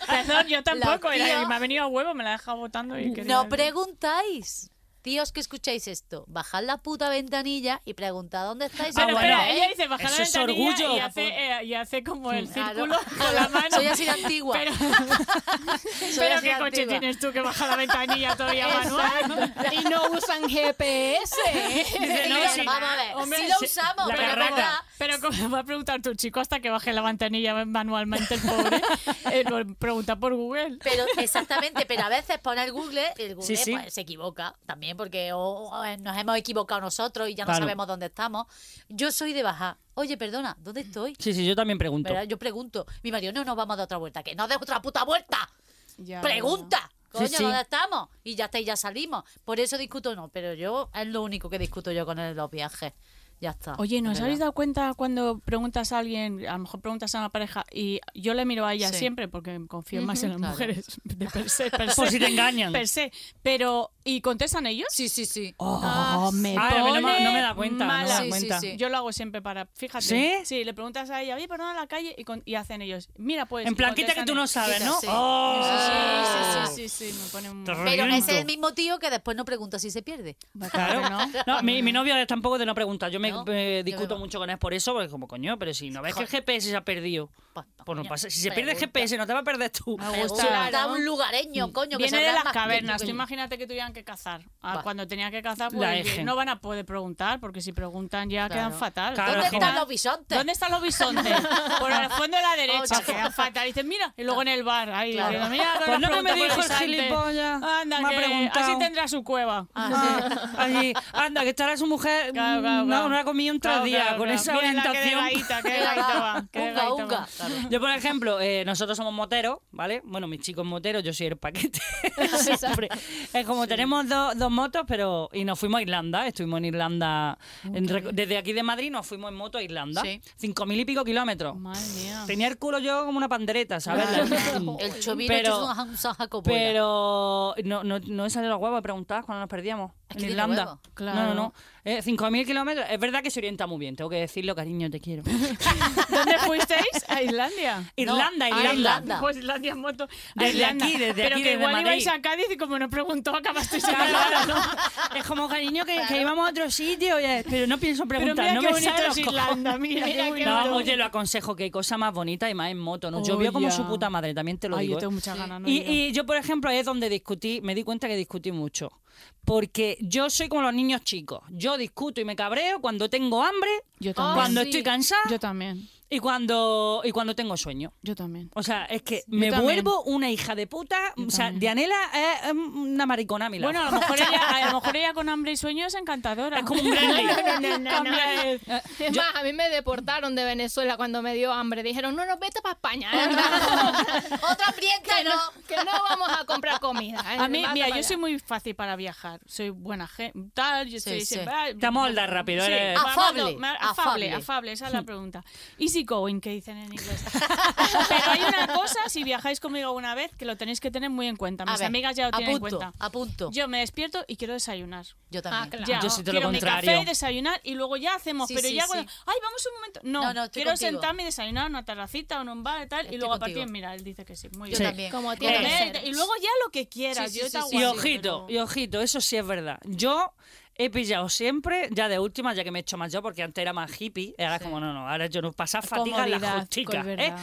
[SPEAKER 5] Perdón, yo tampoco.
[SPEAKER 4] Los
[SPEAKER 5] era-
[SPEAKER 4] tíos-
[SPEAKER 5] me ha venido a huevo, me la he dejado votando. Y quería-
[SPEAKER 4] no preguntáis. Tíos que escucháis esto, bajad la puta ventanilla y preguntad dónde estáis.
[SPEAKER 2] Ah,
[SPEAKER 5] Pero
[SPEAKER 4] ahora,
[SPEAKER 5] espera,
[SPEAKER 4] ¿eh?
[SPEAKER 5] ella dice bajar la
[SPEAKER 6] Eso es
[SPEAKER 5] ventanilla
[SPEAKER 6] orgullo.
[SPEAKER 5] y, hace, eh, y hace como el
[SPEAKER 4] Claro.
[SPEAKER 5] círculo con la mano.
[SPEAKER 4] Soy así de antigua.
[SPEAKER 5] Pero,
[SPEAKER 4] Soy
[SPEAKER 5] pero
[SPEAKER 4] así
[SPEAKER 5] ¿qué
[SPEAKER 4] de
[SPEAKER 5] coche
[SPEAKER 4] antigua.
[SPEAKER 5] tienes tú que baja la ventanilla todavía manual?
[SPEAKER 3] Y no usan GPS.
[SPEAKER 5] Dice,
[SPEAKER 4] Digo,
[SPEAKER 5] no, sí.
[SPEAKER 4] vamos a ver,
[SPEAKER 5] Hombre,
[SPEAKER 4] sí lo
[SPEAKER 5] sí,
[SPEAKER 4] usamos,
[SPEAKER 5] la
[SPEAKER 4] pero es
[SPEAKER 5] carraca.
[SPEAKER 4] verdad.
[SPEAKER 5] Pero como va a preguntar tu chico hasta que baje la ventanilla manualmente el pobre, eh, lo pregunta por Google.
[SPEAKER 4] Pero exactamente, pero a veces poner Google, el Google
[SPEAKER 6] Sí, sí.
[SPEAKER 4] pues, se equivoca también porque o- o, eh, nos hemos equivocado nosotros y ya no
[SPEAKER 2] Claro.
[SPEAKER 4] sabemos dónde estamos. Yo soy de bajar. Oye, perdona, ¿dónde
[SPEAKER 5] Mm,
[SPEAKER 4] estoy?
[SPEAKER 2] Sí, sí, yo también pregunto.
[SPEAKER 4] ¿Verdad? Yo pregunto. Mi marido, no nos vamos de otra vuelta. Que no de otra puta vuelta. Pregunta. Coño,
[SPEAKER 2] Sí, sí.
[SPEAKER 4] ¿dónde estamos? Y ya está, y ya salimos. Por eso discuto no, pero yo es lo único que discuto yo con él en los viajes. Ya está.
[SPEAKER 5] Oye, ¿no os
[SPEAKER 4] Es
[SPEAKER 5] habéis
[SPEAKER 4] verdad.
[SPEAKER 5] dado cuenta cuando preguntas a alguien, a lo mejor preguntas a una pareja, y yo le miro a ella
[SPEAKER 4] Sí.
[SPEAKER 5] siempre porque confío más en las
[SPEAKER 4] claro.
[SPEAKER 5] mujeres de per se, per se,
[SPEAKER 2] Por si te engañan.
[SPEAKER 5] per se, pero ¿y contestan ellos?
[SPEAKER 4] Sí, sí, sí.
[SPEAKER 2] Oh, me
[SPEAKER 5] Ah,
[SPEAKER 2] pone
[SPEAKER 5] no me- no me da
[SPEAKER 2] cuenta,
[SPEAKER 5] no me da
[SPEAKER 4] Sí, sí, cuenta. sí.
[SPEAKER 5] Yo lo hago siempre para, fíjate.
[SPEAKER 2] ¿Sí?
[SPEAKER 5] le preguntas a ella, oye, perdona la calle, y, con- y hacen ellos, mira pues.
[SPEAKER 2] En
[SPEAKER 5] y
[SPEAKER 2] plan, quita que tú
[SPEAKER 5] contestan
[SPEAKER 2] no sabes, ¿no?
[SPEAKER 4] Sí, sí.
[SPEAKER 2] Oh.
[SPEAKER 5] ellos. Sí, sí, sí, sí, sí, me pone un...
[SPEAKER 2] Te
[SPEAKER 4] Pero
[SPEAKER 2] reviento.
[SPEAKER 4] ese es el mismo tío que después no pregunta si se pierde.
[SPEAKER 2] Claro.
[SPEAKER 5] ¿no?
[SPEAKER 2] No, mi, mi novio es tampoco de no preguntar. Yo me
[SPEAKER 4] No,
[SPEAKER 2] eh,
[SPEAKER 4] yo
[SPEAKER 2] discuto
[SPEAKER 4] veo.
[SPEAKER 2] mucho con él por eso, porque como coño, pero si no ves que el
[SPEAKER 4] Joder.
[SPEAKER 2] GPS se ha perdido,
[SPEAKER 4] Pues,
[SPEAKER 2] pues no
[SPEAKER 4] coño,
[SPEAKER 2] pasa. Si se pierde el
[SPEAKER 4] pregunta.
[SPEAKER 2] GPS, no te va a perder tú.
[SPEAKER 5] Me gusta.
[SPEAKER 4] Pregunta
[SPEAKER 5] Claro.
[SPEAKER 4] a un lugareño, coño, que
[SPEAKER 5] Viene
[SPEAKER 4] sabrá
[SPEAKER 5] de las
[SPEAKER 4] más que
[SPEAKER 5] cavernas.
[SPEAKER 4] tú.
[SPEAKER 5] Tú imagínate que tuvieran que cazar. Ah,
[SPEAKER 4] Va.
[SPEAKER 5] Cuando tenían que cazar, pues,
[SPEAKER 2] La eje.
[SPEAKER 5] no van a poder preguntar, porque si preguntan ya
[SPEAKER 4] Claro.
[SPEAKER 5] quedan fatal.
[SPEAKER 2] Claro,
[SPEAKER 4] ¿Dónde
[SPEAKER 2] al final-
[SPEAKER 4] están los bisontes?
[SPEAKER 5] ¿Dónde están los bisontes? Por el fondo de la derecha,
[SPEAKER 4] Ocho.
[SPEAKER 5] quedan fatal. Y dicen, mira, y luego en el bar, ahí,
[SPEAKER 4] Claro.
[SPEAKER 5] diciendo, mira, con
[SPEAKER 2] Pues
[SPEAKER 5] las
[SPEAKER 2] no me
[SPEAKER 5] preguntas
[SPEAKER 2] dijo
[SPEAKER 5] por
[SPEAKER 2] el
[SPEAKER 5] bisontes.
[SPEAKER 2] gilipollas.
[SPEAKER 5] Anda,
[SPEAKER 2] Me ha
[SPEAKER 5] que
[SPEAKER 2] preguntado.
[SPEAKER 5] así tendrá su cueva.
[SPEAKER 2] Ah, allí. Anda, que estará su mujer.
[SPEAKER 5] Claro, claro,
[SPEAKER 2] mm,
[SPEAKER 5] claro.
[SPEAKER 2] No, no ha comido en tres
[SPEAKER 5] Claro,
[SPEAKER 2] días
[SPEAKER 5] claro,
[SPEAKER 2] con
[SPEAKER 5] claro.
[SPEAKER 2] esa
[SPEAKER 5] Mira, Qué
[SPEAKER 2] orientación.
[SPEAKER 5] delgadita, qué delgadita va. Qué
[SPEAKER 4] Unga,
[SPEAKER 5] delgadita
[SPEAKER 4] unga.
[SPEAKER 5] va.
[SPEAKER 2] Yo, por ejemplo, eh, nosotros somos moteros, ¿vale? Bueno, mis chicos moteros, yo soy el paquete. Siempre. Es como tenemos dos, dos motos, pero. Y nos fuimos a Irlanda, estuvimos en Irlanda. en reco- desde aquí de Madrid nos fuimos en moto a Irlanda.
[SPEAKER 4] Sí.
[SPEAKER 2] Cinco mil y pico kilómetros.
[SPEAKER 5] Madre mía.
[SPEAKER 2] Tenía el culo yo como una pandereta, ¿sabes? La-
[SPEAKER 4] El chovino
[SPEAKER 2] Pero-
[SPEAKER 4] hecho es un San Jacobo.
[SPEAKER 2] Pero no, no, no he salido a huevo a preguntar cuando nos perdíamos.
[SPEAKER 4] Es que
[SPEAKER 2] en
[SPEAKER 4] tiene
[SPEAKER 2] Irlanda.
[SPEAKER 4] huevo.
[SPEAKER 2] No, no,
[SPEAKER 5] Claro.
[SPEAKER 2] no. Eh, 5.000 kilómetros. Es verdad que se orienta muy bien. Tengo que decirlo, cariño, te quiero.
[SPEAKER 5] ¿Dónde fuisteis? A Islandia.
[SPEAKER 2] Irlanda,
[SPEAKER 4] a
[SPEAKER 2] Irlanda.
[SPEAKER 4] Irlanda. Anda.
[SPEAKER 5] Pues Islandia en moto. a
[SPEAKER 2] Desde
[SPEAKER 5] Irlanda.
[SPEAKER 2] aquí, desde
[SPEAKER 5] Pero que
[SPEAKER 2] aquí, desde
[SPEAKER 5] igual
[SPEAKER 2] Madrid.
[SPEAKER 5] ibais a Cádiz y como no preguntó, acabasteis en
[SPEAKER 2] Claro,
[SPEAKER 5] Irlanda.
[SPEAKER 2] no. Es como cariño que, que íbamos a otro sitio, oye, pero no pienso
[SPEAKER 5] Pero
[SPEAKER 2] preguntar.
[SPEAKER 5] mira
[SPEAKER 2] no
[SPEAKER 5] qué
[SPEAKER 2] me
[SPEAKER 5] bonito
[SPEAKER 2] salen
[SPEAKER 5] es
[SPEAKER 2] los cojones.
[SPEAKER 5] Irlanda, mira,
[SPEAKER 2] No,
[SPEAKER 5] qué bonito.
[SPEAKER 2] oye, lo aconsejo, que hay cosa más bonita y más en moto. ¿no? Llovió
[SPEAKER 5] Oh,
[SPEAKER 2] como
[SPEAKER 5] ya.
[SPEAKER 2] su puta madre, también te lo
[SPEAKER 5] Ay,
[SPEAKER 2] digo.
[SPEAKER 5] yo
[SPEAKER 2] ¿eh?
[SPEAKER 5] tengo muchas ganas. no he
[SPEAKER 2] Y,
[SPEAKER 5] ido.
[SPEAKER 2] y yo, por ejemplo, ahí es donde discutí, me di cuenta que discutí mucho. Porque yo soy como los niños chicos. Yo discuto y me cabreo cuando tengo hambre,
[SPEAKER 5] Yo también.
[SPEAKER 2] cuando
[SPEAKER 3] sí.
[SPEAKER 2] estoy cansada
[SPEAKER 5] Ah, Yo también.
[SPEAKER 2] y cuando y cuando tengo sueño.
[SPEAKER 5] Yo también.
[SPEAKER 2] O sea, es que
[SPEAKER 5] Yo
[SPEAKER 2] me
[SPEAKER 5] también.
[SPEAKER 2] vuelvo una hija de puta.
[SPEAKER 5] Yo
[SPEAKER 2] o sea,
[SPEAKER 5] también.
[SPEAKER 2] Dianela es mm, una maricona, a mi lado.
[SPEAKER 5] Bueno, a lo, mejor ella, a lo mejor ella con hambre y sueño es encantadora.
[SPEAKER 2] es como un gran lío.
[SPEAKER 5] Cambia el-
[SPEAKER 3] Es más, a mí me deportaron de Venezuela cuando me dio hambre. Dijeron, no, no, vete para España. anda".
[SPEAKER 4] Otra hambrienta,
[SPEAKER 3] que, no,
[SPEAKER 4] no.
[SPEAKER 3] que no vamos a comprar comida.
[SPEAKER 5] A mí,
[SPEAKER 3] Vas
[SPEAKER 5] mira,
[SPEAKER 3] para
[SPEAKER 5] yo
[SPEAKER 3] allá.
[SPEAKER 5] soy muy fácil para viajar. Soy buena gente, tal, yo
[SPEAKER 4] Sí,
[SPEAKER 5] soy
[SPEAKER 4] sí.
[SPEAKER 5] siempre, ah,
[SPEAKER 2] Te amoldas rápido,
[SPEAKER 5] sí,
[SPEAKER 2] eres-
[SPEAKER 5] me amoldo,
[SPEAKER 4] Afable,
[SPEAKER 5] me-
[SPEAKER 4] afable. Hmm.
[SPEAKER 5] afable, afable, esa es la pregunta. Easy going, que dicen en inglés. Pero hay una cosa, si viajáis conmigo una vez, que lo tenéis que tener muy en cuenta.
[SPEAKER 4] A
[SPEAKER 5] Mis
[SPEAKER 4] ver,
[SPEAKER 5] amigas ya lo
[SPEAKER 4] a
[SPEAKER 5] tienen en
[SPEAKER 4] punto,
[SPEAKER 5] cuenta.
[SPEAKER 4] a punto.
[SPEAKER 5] Yo me despierto y quiero desayunar.
[SPEAKER 4] Yo
[SPEAKER 3] Ah,
[SPEAKER 4] también.
[SPEAKER 3] claro.
[SPEAKER 5] Ya,
[SPEAKER 2] Yo soy todo lo
[SPEAKER 5] quiero
[SPEAKER 2] contrario.
[SPEAKER 5] mi café, desayunar y luego ya hacemos.
[SPEAKER 4] Sí,
[SPEAKER 5] pero
[SPEAKER 4] sí,
[SPEAKER 5] ya
[SPEAKER 4] sí.
[SPEAKER 5] cuando. ¡Ay, vamos un momento! No,
[SPEAKER 4] No, no, estoy
[SPEAKER 5] quiero
[SPEAKER 4] contigo.
[SPEAKER 5] sentarme y desayunar en una terracita o en un bar y tal. y
[SPEAKER 4] Estoy
[SPEAKER 5] luego a
[SPEAKER 4] contigo.
[SPEAKER 5] partir, mira, él dice que sí. Muy
[SPEAKER 4] Yo
[SPEAKER 5] bien.
[SPEAKER 4] también.
[SPEAKER 3] Como
[SPEAKER 5] Pero
[SPEAKER 3] tiene que
[SPEAKER 5] él-
[SPEAKER 3] ser.
[SPEAKER 5] y luego ya lo que quieras.
[SPEAKER 4] Sí,
[SPEAKER 5] yo
[SPEAKER 4] sí,
[SPEAKER 5] te
[SPEAKER 4] sí, sí.
[SPEAKER 2] Y
[SPEAKER 5] aguanto,
[SPEAKER 2] ojito,
[SPEAKER 5] pero-
[SPEAKER 2] y ojito, eso sí es verdad. Yo he pillado siempre, ya de última, ya que me he hecho más yo, porque antes era más hippie, ahora es como no, no, ahora yo no pasa fatiga en la
[SPEAKER 5] Comodidad,
[SPEAKER 2] justica,
[SPEAKER 5] con
[SPEAKER 2] ¿eh?
[SPEAKER 5] verdad.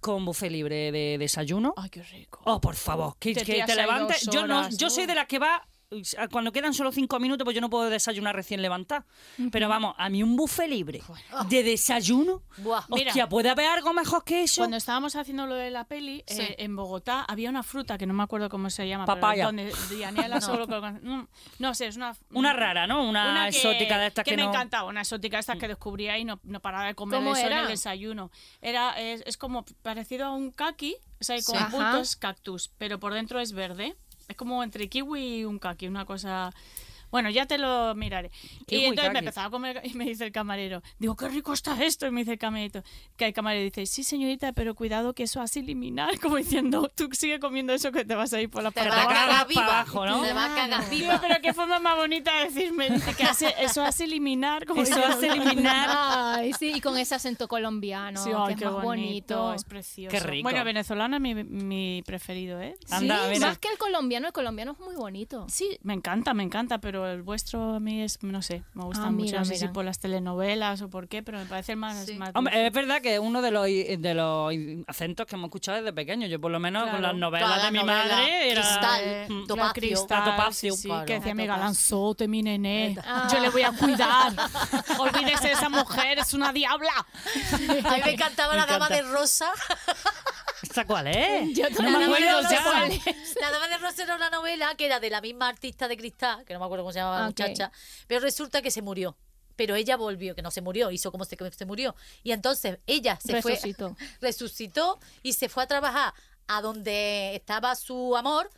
[SPEAKER 2] Con buffet libre de desayuno.
[SPEAKER 5] Ay, qué rico.
[SPEAKER 2] Oh, por favor, que que
[SPEAKER 5] Te
[SPEAKER 2] te,
[SPEAKER 5] tiras ahí
[SPEAKER 2] levantes.
[SPEAKER 5] dos
[SPEAKER 2] Yo no,
[SPEAKER 5] horas, uh.
[SPEAKER 2] yo
[SPEAKER 5] ¿no?
[SPEAKER 2] soy de las que va eh, cuando quedan solo cinco minutos, pues yo no puedo desayunar recién levantada. Pero vamos, a mí un buffet libre de desayuno.
[SPEAKER 4] Buah.
[SPEAKER 2] Hostia,
[SPEAKER 5] Mira.
[SPEAKER 2] ¿puede haber algo mejor que eso?
[SPEAKER 5] Cuando estábamos haciendo lo de la peli,
[SPEAKER 4] Sí.
[SPEAKER 5] eh, en Bogotá había una fruta que no me acuerdo cómo se llama. pero
[SPEAKER 2] Papaya.
[SPEAKER 5] donde Dianela
[SPEAKER 4] No.
[SPEAKER 5] solo conoce- no. no sé, es una.
[SPEAKER 2] Una rara, ¿no? Una,
[SPEAKER 5] Una que-
[SPEAKER 2] exótica de estas que,
[SPEAKER 5] me
[SPEAKER 2] no.
[SPEAKER 5] encantaba, una exótica de estas que descubría y no, no paraba de comer
[SPEAKER 3] ¿Cómo
[SPEAKER 5] eso en
[SPEAKER 3] era?
[SPEAKER 5] el desayuno. Era, es, es como parecido a un kaki, o sea, con
[SPEAKER 4] Sí.
[SPEAKER 3] Ajá.
[SPEAKER 5] puntos cactus, pero por dentro es verde. Es como entre kiwi y un kaki, una cosa Bueno, ya te lo miraré.
[SPEAKER 2] Qué
[SPEAKER 5] y entonces
[SPEAKER 2] guicaki.
[SPEAKER 5] me empezaba a comer y me dice el camarero, digo, qué rico está esto. Y me dice el camarero, que el camarero dice, sí, señorita, pero cuidado que eso has eliminar. Como diciendo, tú sigue comiendo eso que te vas a ir por la
[SPEAKER 4] Te
[SPEAKER 5] puerta.
[SPEAKER 4] va a
[SPEAKER 2] cagas
[SPEAKER 4] cagar
[SPEAKER 2] pa'
[SPEAKER 4] viva.
[SPEAKER 2] abajo, ¿no?
[SPEAKER 4] Te va a cagar
[SPEAKER 5] Digo,
[SPEAKER 4] viva.
[SPEAKER 5] pero qué forma más bonita de decirme. Dice que hace, eso hace eliminar. Como
[SPEAKER 2] Eso
[SPEAKER 5] diciendo,
[SPEAKER 2] hace eliminar.
[SPEAKER 3] Ay, sí, y con ese acento colombiano,
[SPEAKER 5] Sí, ay,
[SPEAKER 3] que es
[SPEAKER 5] qué
[SPEAKER 3] más bonito.
[SPEAKER 5] Es precioso.
[SPEAKER 2] Qué rico.
[SPEAKER 5] Bueno, venezolana es mi, mi preferido, ¿eh?
[SPEAKER 3] Sí,
[SPEAKER 2] Anda, mira.
[SPEAKER 3] más que el colombiano, el colombiano es muy bonito.
[SPEAKER 5] Sí, me encanta, me encanta, pero el vuestro a mí es, no sé, me gusta
[SPEAKER 3] Ah,
[SPEAKER 5] mucho.
[SPEAKER 3] mira,
[SPEAKER 5] no sé si
[SPEAKER 3] mira.
[SPEAKER 5] por las telenovelas o por qué, pero me parece el más.
[SPEAKER 4] Sí.
[SPEAKER 5] más
[SPEAKER 2] Hombre, eh,
[SPEAKER 5] dulce.
[SPEAKER 2] es verdad que es uno de los, de los acentos que hemos escuchado desde pequeño. Yo, por lo menos, con
[SPEAKER 5] Claro.
[SPEAKER 2] las novelas
[SPEAKER 4] Toda la
[SPEAKER 2] de mi
[SPEAKER 4] novela,
[SPEAKER 2] madre, era.
[SPEAKER 4] Cristal,
[SPEAKER 5] Mm,
[SPEAKER 4] Topacio.
[SPEAKER 5] cristal,
[SPEAKER 2] Topacio,
[SPEAKER 5] sí,
[SPEAKER 2] claro.
[SPEAKER 5] que decía mi
[SPEAKER 4] Topacio.
[SPEAKER 5] galanzote, mi nené.
[SPEAKER 3] Ah.
[SPEAKER 5] Yo le voy a cuidar. Olvídese de esa mujer, es una diabla.
[SPEAKER 4] A mí me encantaba la dama de rosa.
[SPEAKER 2] ¿Esta cuál es?
[SPEAKER 3] Yo
[SPEAKER 2] no me
[SPEAKER 4] La dama de
[SPEAKER 2] acuerdo
[SPEAKER 4] rosa.
[SPEAKER 2] ya.
[SPEAKER 4] La dama de rosa era una novela que era de la misma artista de cristal, que no me acuerdo cómo se
[SPEAKER 5] Ah,
[SPEAKER 4] llamaba la
[SPEAKER 3] Ok.
[SPEAKER 4] muchacha, pero resulta que se murió. Pero ella volvió, que no se murió, hizo como se, que se murió. Y entonces ella se
[SPEAKER 3] Resucitó.
[SPEAKER 4] fue, resucitó y se fue a trabajar a donde estaba su amor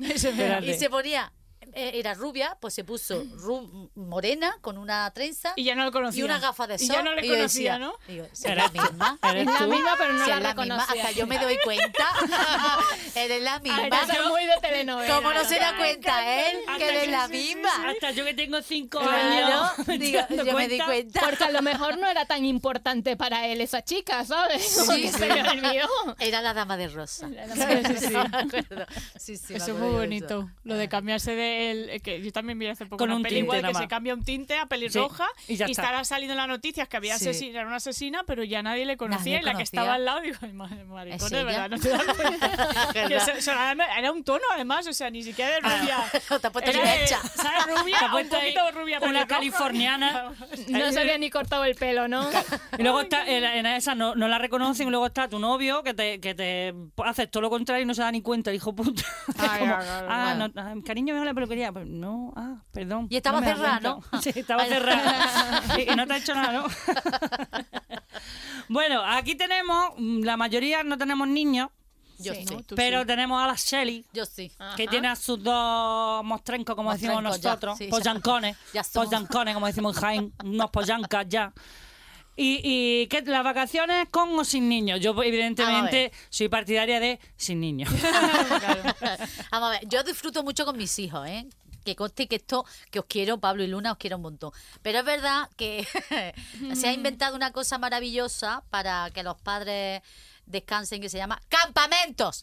[SPEAKER 4] y
[SPEAKER 2] Espérate.
[SPEAKER 4] se ponía, eh, era rubia, pues se puso ru- morena con una trenza
[SPEAKER 5] Y ya no lo conocía.
[SPEAKER 4] y una gafa de sol.
[SPEAKER 5] Y ya no le
[SPEAKER 4] yo
[SPEAKER 5] conocía,
[SPEAKER 4] decía,
[SPEAKER 5] ¿no?
[SPEAKER 4] digo, "Si es la
[SPEAKER 2] ¿Eres,
[SPEAKER 4] misma.
[SPEAKER 2] eres
[SPEAKER 3] Es la
[SPEAKER 2] tú?
[SPEAKER 3] misma, pero no
[SPEAKER 4] Si
[SPEAKER 3] la
[SPEAKER 4] es la misma,
[SPEAKER 3] reconocía.
[SPEAKER 4] hasta yo me doy cuenta. eres la misma.
[SPEAKER 3] Ay, no soy muy de telenovela.
[SPEAKER 4] ¿Cómo no se da
[SPEAKER 3] Ay,
[SPEAKER 4] cuenta él
[SPEAKER 2] Hasta
[SPEAKER 4] que eres
[SPEAKER 2] que-
[SPEAKER 4] la
[SPEAKER 2] sí, sí,
[SPEAKER 4] misma?
[SPEAKER 2] Hasta yo que tengo cinco
[SPEAKER 4] Claro,
[SPEAKER 2] años. me
[SPEAKER 4] digo,
[SPEAKER 2] estoy
[SPEAKER 4] yo
[SPEAKER 2] dando
[SPEAKER 4] me di cuenta.
[SPEAKER 3] Porque a lo mejor no era tan importante para él esa chica, ¿sabes? Como que
[SPEAKER 4] sí.
[SPEAKER 3] se le olvidó.
[SPEAKER 4] Era la dama de rosa.
[SPEAKER 5] Sí, sí, sí.
[SPEAKER 4] Me acuerdo. Sí, sí, me
[SPEAKER 5] Eso es
[SPEAKER 4] acuerdo
[SPEAKER 5] muy
[SPEAKER 4] de eso.
[SPEAKER 5] bonito. Lo
[SPEAKER 4] Eh.
[SPEAKER 5] de cambiarse de el- eh, que yo también vi hace poco
[SPEAKER 2] Con
[SPEAKER 5] una
[SPEAKER 2] un
[SPEAKER 5] peli
[SPEAKER 2] tinte
[SPEAKER 5] igual
[SPEAKER 2] nada
[SPEAKER 5] que se
[SPEAKER 2] más.
[SPEAKER 5] cambia un tinte a pelirroja
[SPEAKER 2] Sí, y
[SPEAKER 5] y,
[SPEAKER 2] ya está.
[SPEAKER 5] estará saliendo en las noticias que había
[SPEAKER 4] Sí.
[SPEAKER 5] asesina, era una asesina, pero ya nadie le conocía
[SPEAKER 4] Nadie
[SPEAKER 5] y la que
[SPEAKER 4] conocía.
[SPEAKER 5] estaba al lado digo, "Ay, madre, maricón,
[SPEAKER 4] ¿Es
[SPEAKER 5] de verdad,
[SPEAKER 4] ella?
[SPEAKER 5] no te das cuenta".
[SPEAKER 4] ¿Verdad?
[SPEAKER 5] Que se- se la- era un tono además, o sea, ni siquiera de rubia.
[SPEAKER 4] Ah, pues Te ha puesto
[SPEAKER 5] Era
[SPEAKER 4] ni
[SPEAKER 5] de-
[SPEAKER 4] mecha.
[SPEAKER 5] ¿Sabes? Rubia,
[SPEAKER 2] Te ha
[SPEAKER 5] un
[SPEAKER 2] puesto ahí
[SPEAKER 5] poquito rubia
[SPEAKER 2] una
[SPEAKER 5] pelirroja.
[SPEAKER 2] californiana.
[SPEAKER 3] No se
[SPEAKER 4] eh.
[SPEAKER 3] había ni cortado el pelo, ¿no?
[SPEAKER 2] Y luego está, en, en esa no, no la reconocen, y luego está tu novio que te, que te hace todo lo contrario y no se da ni cuenta, hijo puta. Es
[SPEAKER 5] Ay,
[SPEAKER 2] como,
[SPEAKER 5] ay, ay,
[SPEAKER 2] ah,
[SPEAKER 4] ay.
[SPEAKER 2] no, ah, cariño, me la peluquería. Pues no, ah, perdón.
[SPEAKER 4] Y estaba
[SPEAKER 2] no me da
[SPEAKER 4] cerrada, ¿no?
[SPEAKER 2] cuenta. Sí, estaba
[SPEAKER 4] Vale.
[SPEAKER 2] cerrada. y, y no te ha hecho nada, ¿no? bueno, aquí tenemos, mm, la mayoría no tenemos niños,
[SPEAKER 4] Yo sí.
[SPEAKER 5] No, tú
[SPEAKER 2] pero
[SPEAKER 5] sí.
[SPEAKER 2] tenemos a la Shelly.
[SPEAKER 4] Yo sí.
[SPEAKER 2] que tiene a sus dos mostrencos, como decimos
[SPEAKER 4] Mostrencos, ya,
[SPEAKER 2] nosotros,
[SPEAKER 4] sí, ya.
[SPEAKER 2] pollancones,
[SPEAKER 4] Ya somos.
[SPEAKER 2] pollancones, como decimos en Jaén, unos pollancas ya. Y, y que las vacaciones con o sin niños. Yo,
[SPEAKER 4] Vamos a ver.
[SPEAKER 2] evidentemente, soy partidaria de sin niños.
[SPEAKER 4] Vamos a ver, yo disfruto mucho con mis hijos, ¿eh? Que conste que esto, que os quiero, Pablo y Luna, os quiero un montón. Pero es verdad que
[SPEAKER 2] Mm.
[SPEAKER 4] se ha inventado una cosa maravillosa para que los padres descansen que se llama campamentos.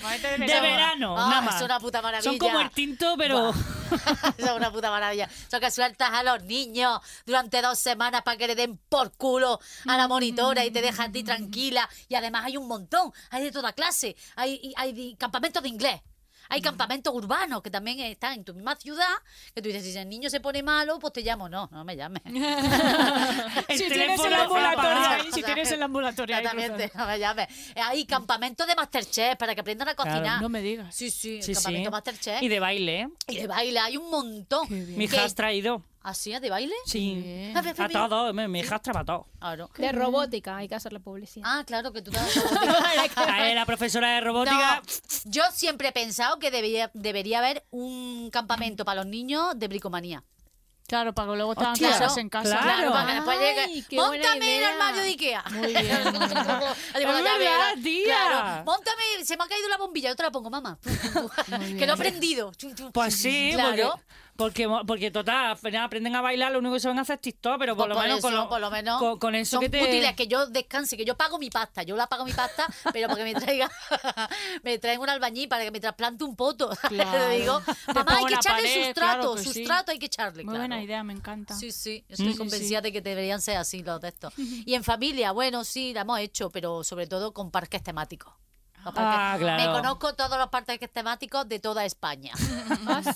[SPEAKER 5] Móvete
[SPEAKER 2] de
[SPEAKER 5] verano.
[SPEAKER 2] verano,
[SPEAKER 4] Ah,
[SPEAKER 2] nada más.
[SPEAKER 4] es una puta maravilla.
[SPEAKER 2] Son como el tinto, pero.
[SPEAKER 4] Eso es una puta maravilla. Eso que sueltas a los niños durante dos semanas para que le den por culo a la monitora y te dejan a ti tranquila. Y además hay un montón, hay de toda clase. Hay, y- hay de- campamentos de inglés. Hay
[SPEAKER 2] Mm.
[SPEAKER 4] campamentos urbanos que también están en tu misma ciudad, que tú dices, si el niño se pone malo, pues te llamo. No, no me llames.
[SPEAKER 2] el
[SPEAKER 5] si tienes
[SPEAKER 2] teléfono
[SPEAKER 5] el
[SPEAKER 2] está
[SPEAKER 5] ambulatorio
[SPEAKER 2] apagado.
[SPEAKER 5] ahí, si tienes el ambulatorio ahí.
[SPEAKER 4] Exactamente, no me llames. Hay campamentos de Masterchef para que aprendan a
[SPEAKER 2] Claro,
[SPEAKER 4] cocinar.
[SPEAKER 5] No me digas.
[SPEAKER 4] Sí, sí, el
[SPEAKER 2] Sí, sí.
[SPEAKER 4] campamento Masterchef.
[SPEAKER 2] Y de baile, ¿eh?
[SPEAKER 4] Y de baile, hay un montón.
[SPEAKER 2] Mi hija has traído.
[SPEAKER 4] ¿Así, de baile? Ah,
[SPEAKER 2] Sí.
[SPEAKER 4] A ver,
[SPEAKER 2] A
[SPEAKER 4] mira.
[SPEAKER 2] todos, mi mi hija has trabajado.
[SPEAKER 4] Claro.
[SPEAKER 3] De robótica, hay que hacerle publicidad.
[SPEAKER 4] Ah, claro, que tú te
[SPEAKER 2] A él, la profesora de robótica.
[SPEAKER 4] No, yo siempre he pensado que debía- debería haber un campamento para los niños de bricomanía.
[SPEAKER 5] Claro, para que luego te hagan
[SPEAKER 4] Hostia,
[SPEAKER 5] cosas
[SPEAKER 4] ¿no?
[SPEAKER 5] en casa.
[SPEAKER 2] Claro.
[SPEAKER 4] para que después
[SPEAKER 3] Ay,
[SPEAKER 4] llegue,
[SPEAKER 3] qué buena
[SPEAKER 4] Móntame el
[SPEAKER 3] idea".
[SPEAKER 4] armario de Ikea. Muy
[SPEAKER 5] bien.
[SPEAKER 2] Es verdad, tía.
[SPEAKER 4] Móntame, se me ha caído la bombilla, yo te la pongo, mamá. que no he prendido. Chum, chum,
[SPEAKER 2] Pues
[SPEAKER 4] chum.
[SPEAKER 2] sí,
[SPEAKER 4] claro.
[SPEAKER 2] porque, porque, porque total, al final aprenden a bailar, lo único que se van a hacer es TikTok, pero por,
[SPEAKER 4] Pues
[SPEAKER 2] lo, menos,
[SPEAKER 4] eso,
[SPEAKER 2] con lo,
[SPEAKER 4] por lo menos
[SPEAKER 2] con, con eso
[SPEAKER 4] son
[SPEAKER 2] que te...
[SPEAKER 4] útiles que yo descanse que yo pago mi pasta yo la pago mi pasta pero porque me traiga me traen un albañil para que me trasplante un poto
[SPEAKER 5] Claro.
[SPEAKER 4] le digo
[SPEAKER 5] Te
[SPEAKER 4] mamá
[SPEAKER 5] pongo
[SPEAKER 4] hay que
[SPEAKER 5] una
[SPEAKER 4] echarle
[SPEAKER 5] pared,
[SPEAKER 4] sustrato
[SPEAKER 5] claro que sí.
[SPEAKER 4] sustrato hay que echarle
[SPEAKER 5] Muy
[SPEAKER 4] claro.
[SPEAKER 5] buena idea, me encanta.
[SPEAKER 4] Sí, sí, yo estoy
[SPEAKER 5] sí,
[SPEAKER 4] convencida de que deberían ser así los textos. Y en familia, bueno, sí, la hemos hecho, pero sobre todo con parques temáticos. Los parques-
[SPEAKER 2] Ah, claro.
[SPEAKER 4] Me conozco todos los parques temáticos de toda España.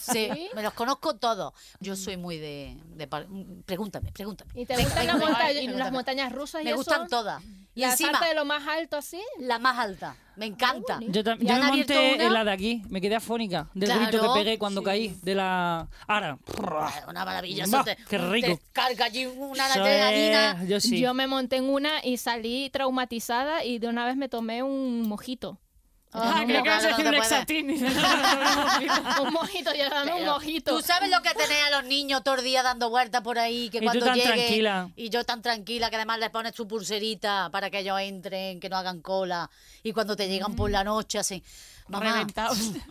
[SPEAKER 4] sí,
[SPEAKER 3] ¿sí?
[SPEAKER 4] me los conozco todos. Yo soy muy de... de par- Pregúntame, pregúntame.
[SPEAKER 3] ¿Y te
[SPEAKER 4] Venga,
[SPEAKER 3] gustan las,
[SPEAKER 4] venga,
[SPEAKER 3] monta-
[SPEAKER 4] venga,
[SPEAKER 3] las
[SPEAKER 4] pregúntame.
[SPEAKER 3] montañas rusas? y
[SPEAKER 4] Me
[SPEAKER 3] eso?
[SPEAKER 4] gustan todas. Y
[SPEAKER 3] la
[SPEAKER 4] encima,
[SPEAKER 3] parte de lo más alto así.
[SPEAKER 4] la más alta. Me encanta.
[SPEAKER 2] Yo, tam-
[SPEAKER 4] Y
[SPEAKER 2] yo
[SPEAKER 4] han
[SPEAKER 2] me
[SPEAKER 4] abierto
[SPEAKER 2] monté
[SPEAKER 4] una-
[SPEAKER 2] en la de aquí, me quedé afónica del
[SPEAKER 4] Claro.
[SPEAKER 2] grito que pegué cuando caí, de la... Ahora,
[SPEAKER 4] Una maravilla.
[SPEAKER 2] Bah,
[SPEAKER 4] eso te-
[SPEAKER 2] qué rico.
[SPEAKER 4] Te carga allí una
[SPEAKER 2] eso
[SPEAKER 4] adrenalina.
[SPEAKER 2] es- yo sí.
[SPEAKER 3] Yo me monté en una y salí traumatizada y de una vez me tomé un mojito.
[SPEAKER 5] Ah, creo que vas a
[SPEAKER 4] claro,
[SPEAKER 5] decir
[SPEAKER 4] no
[SPEAKER 5] un
[SPEAKER 4] te puedes.
[SPEAKER 5] exatín. y dices,
[SPEAKER 3] Un mojito, ya dame un mojito.
[SPEAKER 4] Tú sabes lo que tenéis a los niños todo el día dando vueltas por ahí, que
[SPEAKER 7] Y tú
[SPEAKER 4] cuando
[SPEAKER 7] tan
[SPEAKER 4] lleguen-
[SPEAKER 7] tranquila.
[SPEAKER 4] Y yo tan tranquila, que además les pones tu pulserita para que ellos entren, que no hagan cola. Y cuando te llegan por la
[SPEAKER 7] Mm.
[SPEAKER 4] noche, así, mamá.
[SPEAKER 5] Reventaos.
[SPEAKER 4] Y